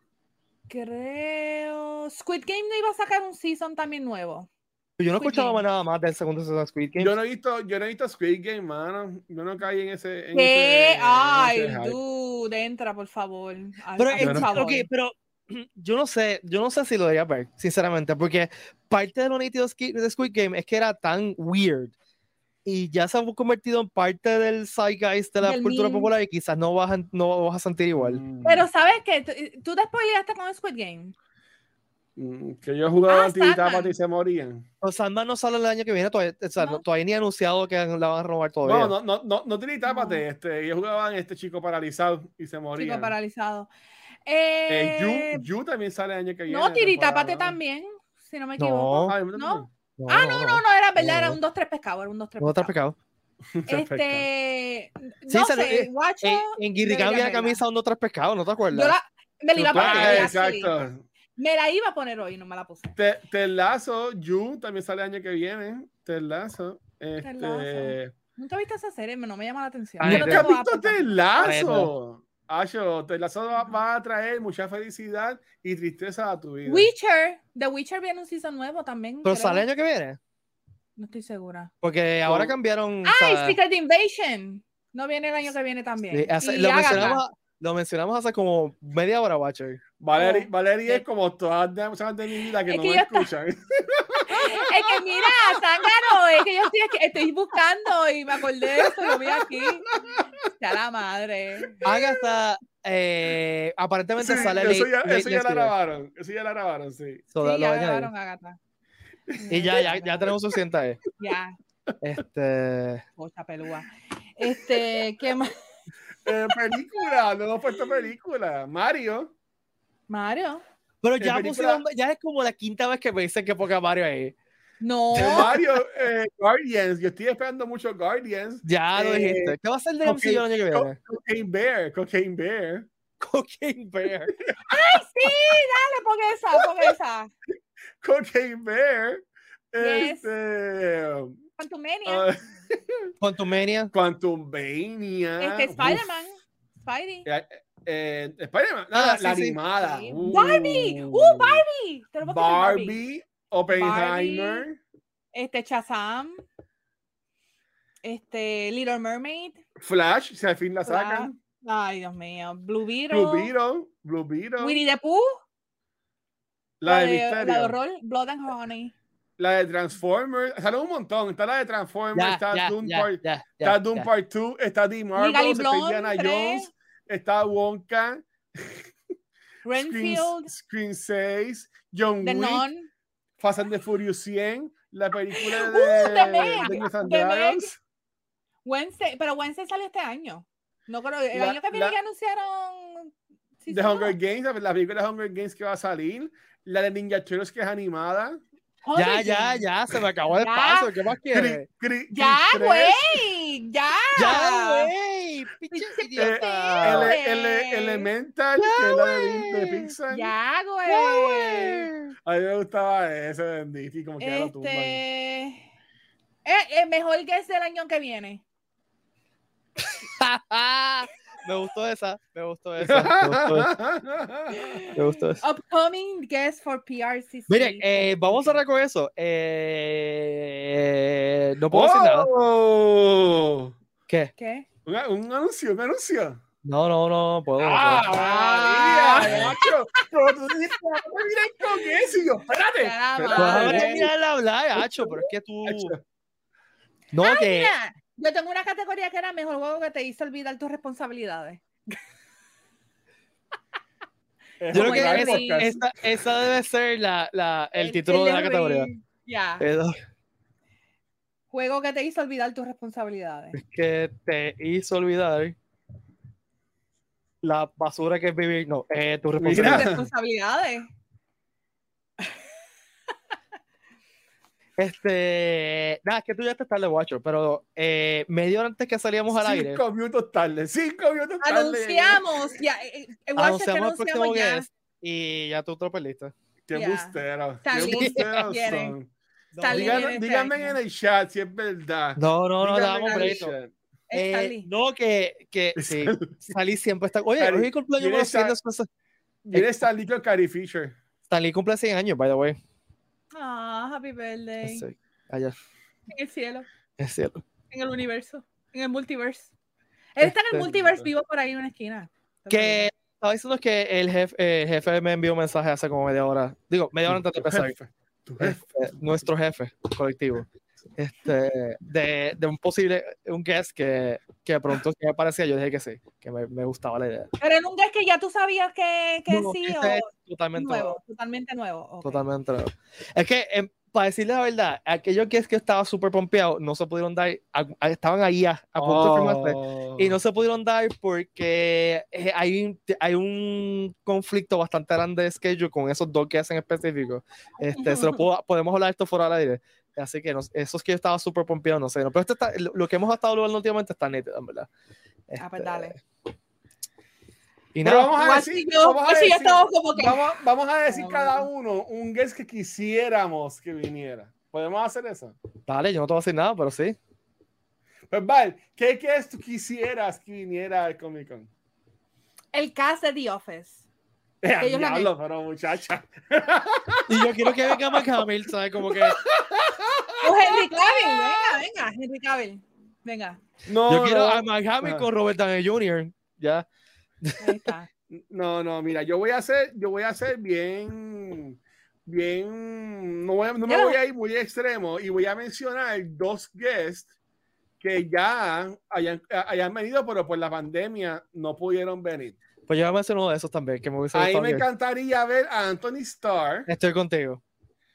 Creo. Squid Game no iba a sacar un season también nuevo. Yo no he Squid escuchado Game. nada más del segundo season de Squid Game. Yo no he visto, yo no he visto Squid Game, mano. Yo no caí en ese. En ¿Qué? ese- en Ay, ese hype. dude, entra, por favor. Ay, Pero, ay, es- yo por no- favor. ok, pero <clears throat> yo no sé, yo no sé si lo debería ver, sinceramente, porque parte de lo nítido de Squi- de Squid Game es que era tan weird y ya se ha convertido en parte del zeitgeist de la Del cultura meme. popular y quizás no vas, a- no vas a sentir igual. Mm. Pero, ¿sabes qué? Tú- ¿Tú te spoileaste con Squid Game? Mm, Que yo jugaba Ah, actividad Sandman. y se morían. Pero Sandman no sale el año que viene, todavía, o sea, no- No. todavía ni ha anunciado que la van a robar todavía. No, no, no, no, no tiene tápate. No. Este, ellos jugaban este chico paralizado y se morían. Chico paralizado. Eh, Eh, Yu, Yu también sale el año que viene. no, Tiritápate Tapate también, si no me No. equivoco. Ah, no, <laughs> no. ah, no, no, no, era verdad, era No. un 2-3 pescado, era un 2-3 No, está pescado. pecado. Este, Sí, no salió- sé, eh, guacho, En, en Guirricán debería había la verla. camisa donde tres pescados, ¿no te acuerdas? yo la, me la iba a Yo- poner Ah, hoy, actually. exacto. Me la iba a poner hoy, no me la puse. Te, Ted lazo, Yu también sale el año que viene. Te lazo. Este... Lasso. ¿Nunca viste esa serie? Me- No me llama la atención. Ay, Yo no ¿Nunca has tengo visto Apple Ted tampoco. lazo? Acho, Ted lazo va, va a traer mucha felicidad y tristeza a tu vida. Witcher, The Witcher viene un season nuevo también. Pero creo. sale el año que viene. No estoy segura. Porque ahora cambiaron. o ¡Ay, sea, Ah, Secret Invasion! No viene el año que viene también. eh, hace- Y lo, Agatha. mencionamos, lo mencionamos hace como media hora, Watcher. Valeria, Oh. Valeria es como todas las personas de mi vida que Es no que me ya está. escuchan. <laughs> Es que mira, Zángano, es que yo estoy, aquí- estoy buscando y me acordé de esto, lo vi aquí. Ya la madre. Agatha, eh, aparentemente Sí, sale. eso late- ya, late eso ya next la year. grabaron. Eso ya la grabaron, sí. So, Sí, lo ya añadí. grabaron a Agatha. Y ya, ya, ya tenemos suficiente ahí. Ya, Este. pocha pelúa. Este, ¿qué más? Eh, película, no hemos puesto película. Mario. Mario. Pero En ya película- pusieron- ya es como la quinta vez que me dicen que ponga Mario ahí. <laughs> No. <laughs> Mario, eh, Guardians. Yo estoy esperando mucho Guardians. Ya lo Eh, dijiste. ¿Qué va a ser de ok, MCU el año que Co- viene? Cocaine Bear, Cocaine Bear. Cocaine Bear. ¡Ay, sí! Dale, pon esa, pon esa. Cocaine Bear. Yes. Este, Quantumania. ah, Quantumania. Quantumania. este, Uf. Spider-Man. Spidey. Eh, eh, Spider-Man. Ah, Ah, sí, la sí. animada. Sí. Uh. Barbie. Uh, Barbie. Te lo puedo poner Barbie. Oppenheimer. Este, Shazam. Este, Little Mermaid. Flash, si al fin la Flash, sacan. Ay, Dios mío. Blue Beetle. Blue Beetle, Blue Beetle. Winnie the Pooh. La de la de Misterio. horror. Blood and Honey. La de Transformers. Sale un montón. Está la de Transformers, Ya, está ya, Doom ya, Part, ya, ya, está Doom ya. Part 2, está The Legally Marvels, está Blonde, Indiana tres. Jones, está Wonka, Screen, Renfield. Screen 6, John The Wick, Nun. Fast and the Furious 100, la película Uh, de The Meg, Dungeons and The Meg. Dragons. Wednesday. Pero Wednesday salió este año. No creo. El La- año que viene la- que anunciaron. sí, The sí, no. Hunger Games, la, la película de Hunger Games que va a salir, la de Ninja Turtles que es animada. Ya, Hunger ya, Games. ya, se me acabó el Ya. paso. ¿Qué más quieres? Cri- Cri- Ya, Cri- güey. Ya. Ya, güey. Pinche El, idiota. güey. el- Elemental, Ya, que es la de, güey. de Pixar. Ya, güey. Ya, güey. A mí me gustaba ese bendito y como que ya lo tumban. Este. Eh, eh, mejor guess del año que viene. Ah, me gustó esa, me gustó esa. <laughs> Me gustó esa. Me gustó esa. Upcoming guest for PRCC. Miren, eh, vamos a cerrar con eso. Eh, no puedo decir nada. ¡Oh! ¿Qué? ¿Qué? Un, un anuncio, un anuncio. No, no, no, puedo. no puedo. ¡Ah! María! macho! Pero tú dices, "No me miren con eso! Y yo, espérate. Ya, espérate. Pues madre. ahora terminar de hablar, Hacho, pero es que tú. Hacho. No, que. Mira, yo tengo una categoría que era mejor juego que te hizo olvidar tus responsabilidades. Es Yo creo un que gran es- podcast. Esa, esa debe ser la, la, el, título de la delivery. categoría. Eh. Ya. Pero Juego que te hizo olvidar <laughs> tus responsabilidades. que te hizo olvidar la basura que es vivir. No, eh, tu Tus responsabilidad. Mira. responsabilidades. Este. Nada, es que tú ya te estás de Watcher, pero eh, media hora antes que salíamos al aire. Cinco minutos tarde, cinco minutos tarde. Anunciamos. Ya, eh, eh, Watch, es que Anunciamos el próximo anunciamos ya. guest y ya tú te lo perdiste. Qué Ya. busteros, qué Salí, <laughs> busteros quieren. son. No, Salí. diga- Díganme, este díganme año. en el chat si es verdad. no, no, no, Díganme damos en el break. chat. Es Eh, Charlie. no, que, que sí, Salí siempre está. Oye, Salí, hoy es cumpleaños mira de esa- Mira Eh, esta lista de Carrie Fisher. Salí cumple 100 años, by the way. Ah, happy birthday. Ese- allá, En el cielo, es cierto. en el universo, en el multiverse. Él está en Este- el multiverse vivo por ahí en una esquina. Que estaba diciendo que el jefe, eh, jefe me envió un mensaje hace como media hora. Digo, media hora antes de Tu empezar. jefe, tu Eh, jefe. nuestro jefe colectivo. este, de, de un posible un guest que, que pronto que aparecía, yo dije que sí, que me, me gustaba la idea. Pero en un guest que ya tú sabías que, que No, sí este o es totalmente nuevo. nuevo, totalmente nuevo. ok. Totalmente nuevo. Es que, em, para decirles la verdad, aquellos que es que estaba súper pompeado no se pudieron dar, a- a- estaban ahí a, a punto Oh. de firmarse, Oh. y no se pudieron dar porque eh, hay, un- hay un conflicto bastante grande de schedule con esos dos que hacen específico. Este, se lo puedo- podemos hablar esto fuera del aire. Así que no- esos que yo estaba súper pompeado, no sé. no, pero esto está- lo, lo que hemos estado hablando últimamente está nítido, en verdad. Ah, pues Este, dale. Y Pero nada, vamos a Igual decir, si yo, vamos a pues si yo decir- estaba como que. vamos, vamos a decir Vamos a cada ver. uno un guest que quisiéramos que viniera. ¿Podemos hacer eso? dale, yo no te voy a decir nada, pero sí. Pues Val, ¿qué guest tú quisieras que viniera al Comic Con? El cast de The Office. Eh, Que ellos la diablo, pero muchacha. Y yo quiero que venga Mark Hamill, ¿sabes? Como <laughs> que Ah, O Pues Henry Cavill, venga, venga, Henry Cavill. Venga, No, Yo quiero no. a Mark Hamill Ajá. con Robert Downey Jr. Ya. ahí <laughs> está. No, no, mira, yo voy a hacer, yo voy a hacer bien, bien, no, voy a- no me Ya. voy a ir muy extremo y voy a mencionar dos guests que ya hayan, hayan venido, pero por la pandemia no pudieron venir. Pues yo voy a mencionar uno de esos también, que me hubiese A mí gustado. me ver. encantaría ver a Anthony Starr. Estoy contigo.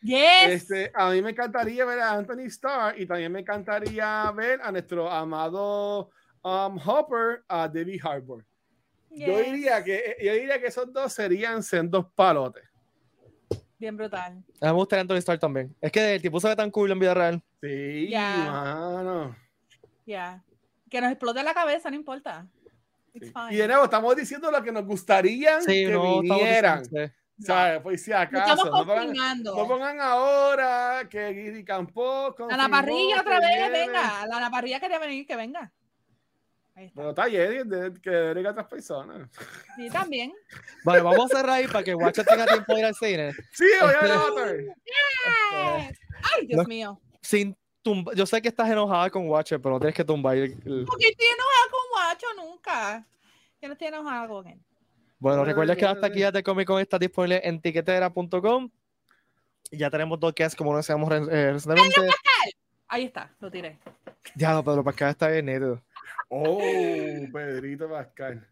Yes. Este, a mí me encantaría ver a Anthony Starr y también me encantaría ver a nuestro amado um, Hopper, a David Harbour. Yo yes. diría que yo diría que esos dos serían sendos palotes. Bien A brutal. mí me gustaría Anthony Starr también. Es que el tipo se ve tan cool en vida real. Sí, Ya. mano. Ya. Que nos explote la cabeza, no importa. It's fine. Y de nuevo, estamos diciendo lo que nos gustaría Sí, que no, estamos vinieran. diciendo, sí. No, ¿Sabes? Pues si no acaso. estamos No pongan, confinando. no pongan ahora que Guidi Campos. a la parrilla otra vez, venga. A la, la parrilla quería venir, que venga. Ahí está. Pero está bien, de- que debería otras personas. Sí, también. Vale, vamos a cerrar ahí para que Watcher tenga tiempo de ir al cine. Sí, voy a <laughs> ver Avatar. Este, Ay, Dios No. mío. sin tumba- Yo sé que estás enojada con Watcher, pero no tienes que tumbar. el- el- Porque estoy enojada con Guacho nunca. Yo no estoy enojada con él. Bueno, Bueno, recuerda que ya, las ya. taquillas de Comic Con están disponibles en tiquetera.com. Y Ya tenemos dos que es como lo decíamos re- eh, recientemente. Ahí está, lo tiré. Ya, no, Pedro Pascal está bien neto. Oh, Pedrito Pascal.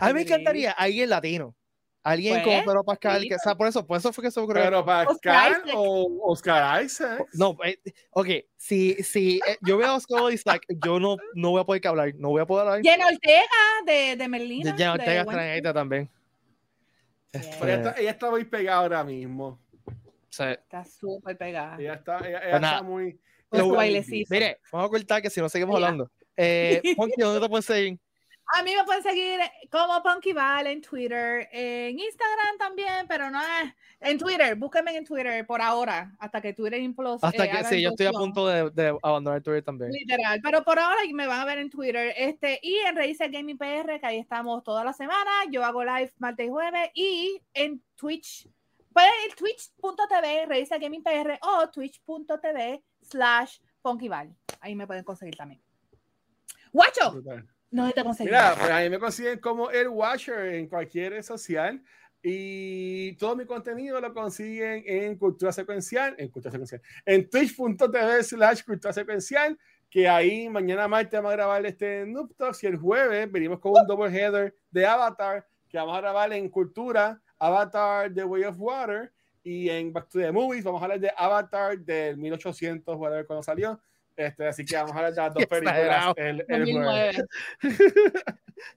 A mí me Ok. encantaría alguien latino. Alguien Pues, como Pedro Pascal, sí, que, o sea, por eso, por eso fue que se me ocurrió. Pero Pascal Isaac. o Oscar Isaac. no, eh, ok, si, si eh, yo veo a Oscar Isaac, yo no, no voy a poder que hablar, no voy a poder hablar. Jenna Ortega de, de Merlina. Ya de Ortega Wednesday. extrañadita también. Yes. Pero ella está, ella está muy pegada ahora mismo. O sea, Está súper pegada. Ella está, ella, ella Pues nada. está muy. Con lo- su bailecito. mire, vamos a cortar que si no seguimos Ya. hablando. <laughs> Eh, Ponky, ¿dónde te puedes seguir? A mí me pueden seguir como Punky Val en Twitter, en Instagram también, pero no es- en Twitter. Búsquenme en Twitter por ahora, hasta que Twitter implos- Hasta eh, que haga sí, yo estoy a implosión. punto de, de abandonar Twitter también. Literal, pero por ahora me van a ver en Twitter este y en Raíces Gaming PR, que ahí estamos toda la semana. Yo hago live martes y jueves y en Twitch, pues el twitch.tv, Raíces Gaming PR o twitch.tv slash funkyval. Ahí me pueden conseguir también. Guacho, brutal. no te conseguí. Mira, pues a mí me consiguen como el Watcher en cualquier red social. Y todo mi contenido lo consiguen en Cultura Secuencial, en Cultura Secuencial, en twitch.tv slash Cultura Secuencial, que ahí mañana martes vamos a grabar este Noob Talks y el jueves venimos con un double header de Avatar, que vamos a grabar en Cultura, Avatar The Way of Water, y en Back to the Movies vamos a hablar de Avatar del 1800, whatever, cuando salió. Este, así que vamos a hablar de las <laughs> dos Qué películas exagerado. el, el jueves. 2009.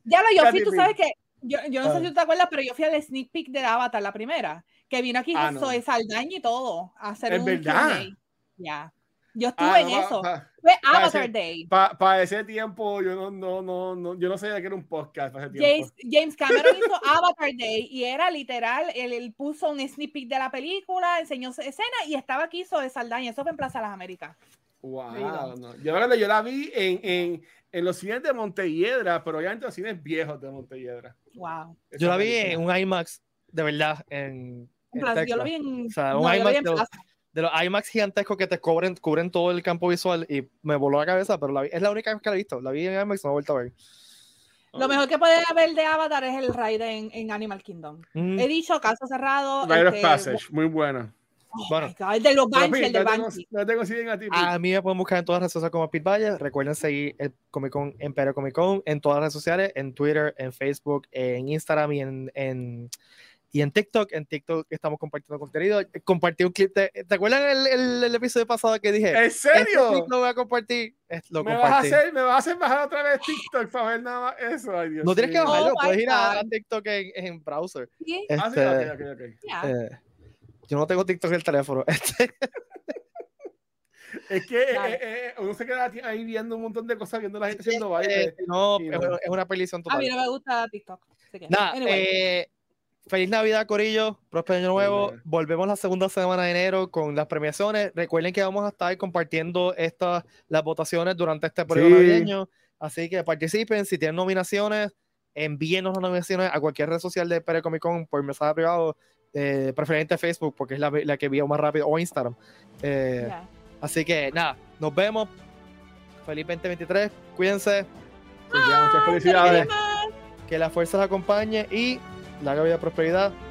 ya lo yo fui, tú Casi, sabes que yo, yo no Ah. sé si tú te acuerdas, pero yo fui al sneak peek de Avatar, la primera, que vino aquí Ah, ah, no. Saldaña y todo a hacer Es un verdad. Q&A. Ya. Yo estuve Ah, en no, pa- eso. pa- Fue pa- Avatar ese- Day. pa- pa' ese tiempo yo no, no, no, no, yo no sabía que era un podcast para ese tiempo. James, James Cameron <laughs> hizo Avatar Day y era literal, él, él puso un sneak peek de la película, enseñó escena y estaba aquí Zoe Saldaña. Eso fue en Plaza Las Américas. Wow, no. Yo, me acuerdo, yo la vi en, en, en los cines de Montelledra, pero ya en los cines viejos de Montelledra. Wow. Esa Yo la vi en película. un IMAX, de verdad, en, En en Plaza- yo Texas. lo vi en, O sea, no, un yo lo vi IMAX en de- Plaza. de los IMAX gigantescos que te cubren, cubren todo el campo visual y me voló la cabeza, pero la vi- es la única vez que la he visto. La vi en IMAX, no la he vuelto a ver. Lo mejor que puede haber de Avatar es el raid en, en Animal Kingdom. Mm, He dicho caso cerrado. Rite of este, Passage, muy buena. Bueno, El de los Pero, Banshee, Pete, el de ¿dónde te Banshee. cons- ¿Dónde te consiguen a ti? Pete? a mí me pueden buscar en todas las redes sociales como Pit Valle. Recuerden seguir el Comic Con Imperio Comic Con en todas las redes sociales, en Twitter, en Facebook, en Instagram y en, en- y en TikTok. En TikTok estamos compartiendo contenido. Compartí un clip de. ¿Te acuerdan el, el- el episodio pasado que dije? ¿En Este serio? clip lo voy a compartir. Es- Lo ¿Me vas, a compartí. hacer, me vas a hacer bajar otra vez TikTok para ver nada más eso. Ay, Dios No tienes que mío. bajarlo, Oh my puedes ir a, God. a TikTok en, en browser. Sí, Ah, sí, Este, ok, ok, ok. ya. eh, yo no tengo TikTok en el teléfono. Este, Es que eh, Dale. Este, eh, eh, uno se queda ti- ahí viendo un montón de cosas, viendo la gente haciendo eh, baile. <laughs> no, sí, es, no. es una perdición A total. mí no me gusta TikTok. así que, Nada, anyway. eh, feliz Navidad, Corillo. Próspero año nuevo. Navidad. Volvemos la segunda semana de enero con las premiaciones. Recuerden que vamos a estar compartiendo estas las votaciones durante este periodo Sí. navideño. Así que participen. Si tienen nominaciones, envíenos las nominaciones a cualquier red social de Pere Comic Con por mensaje privado, eh, preferente Facebook, porque es la, la que envío más rápido, o Instagram. Eh, Ya. Así que nada, nos vemos. Feliz 2023. Cuídense. ah, Así que muchas felicidades. eh, Que la fuerza la acompañe y larga vida y prosperidad.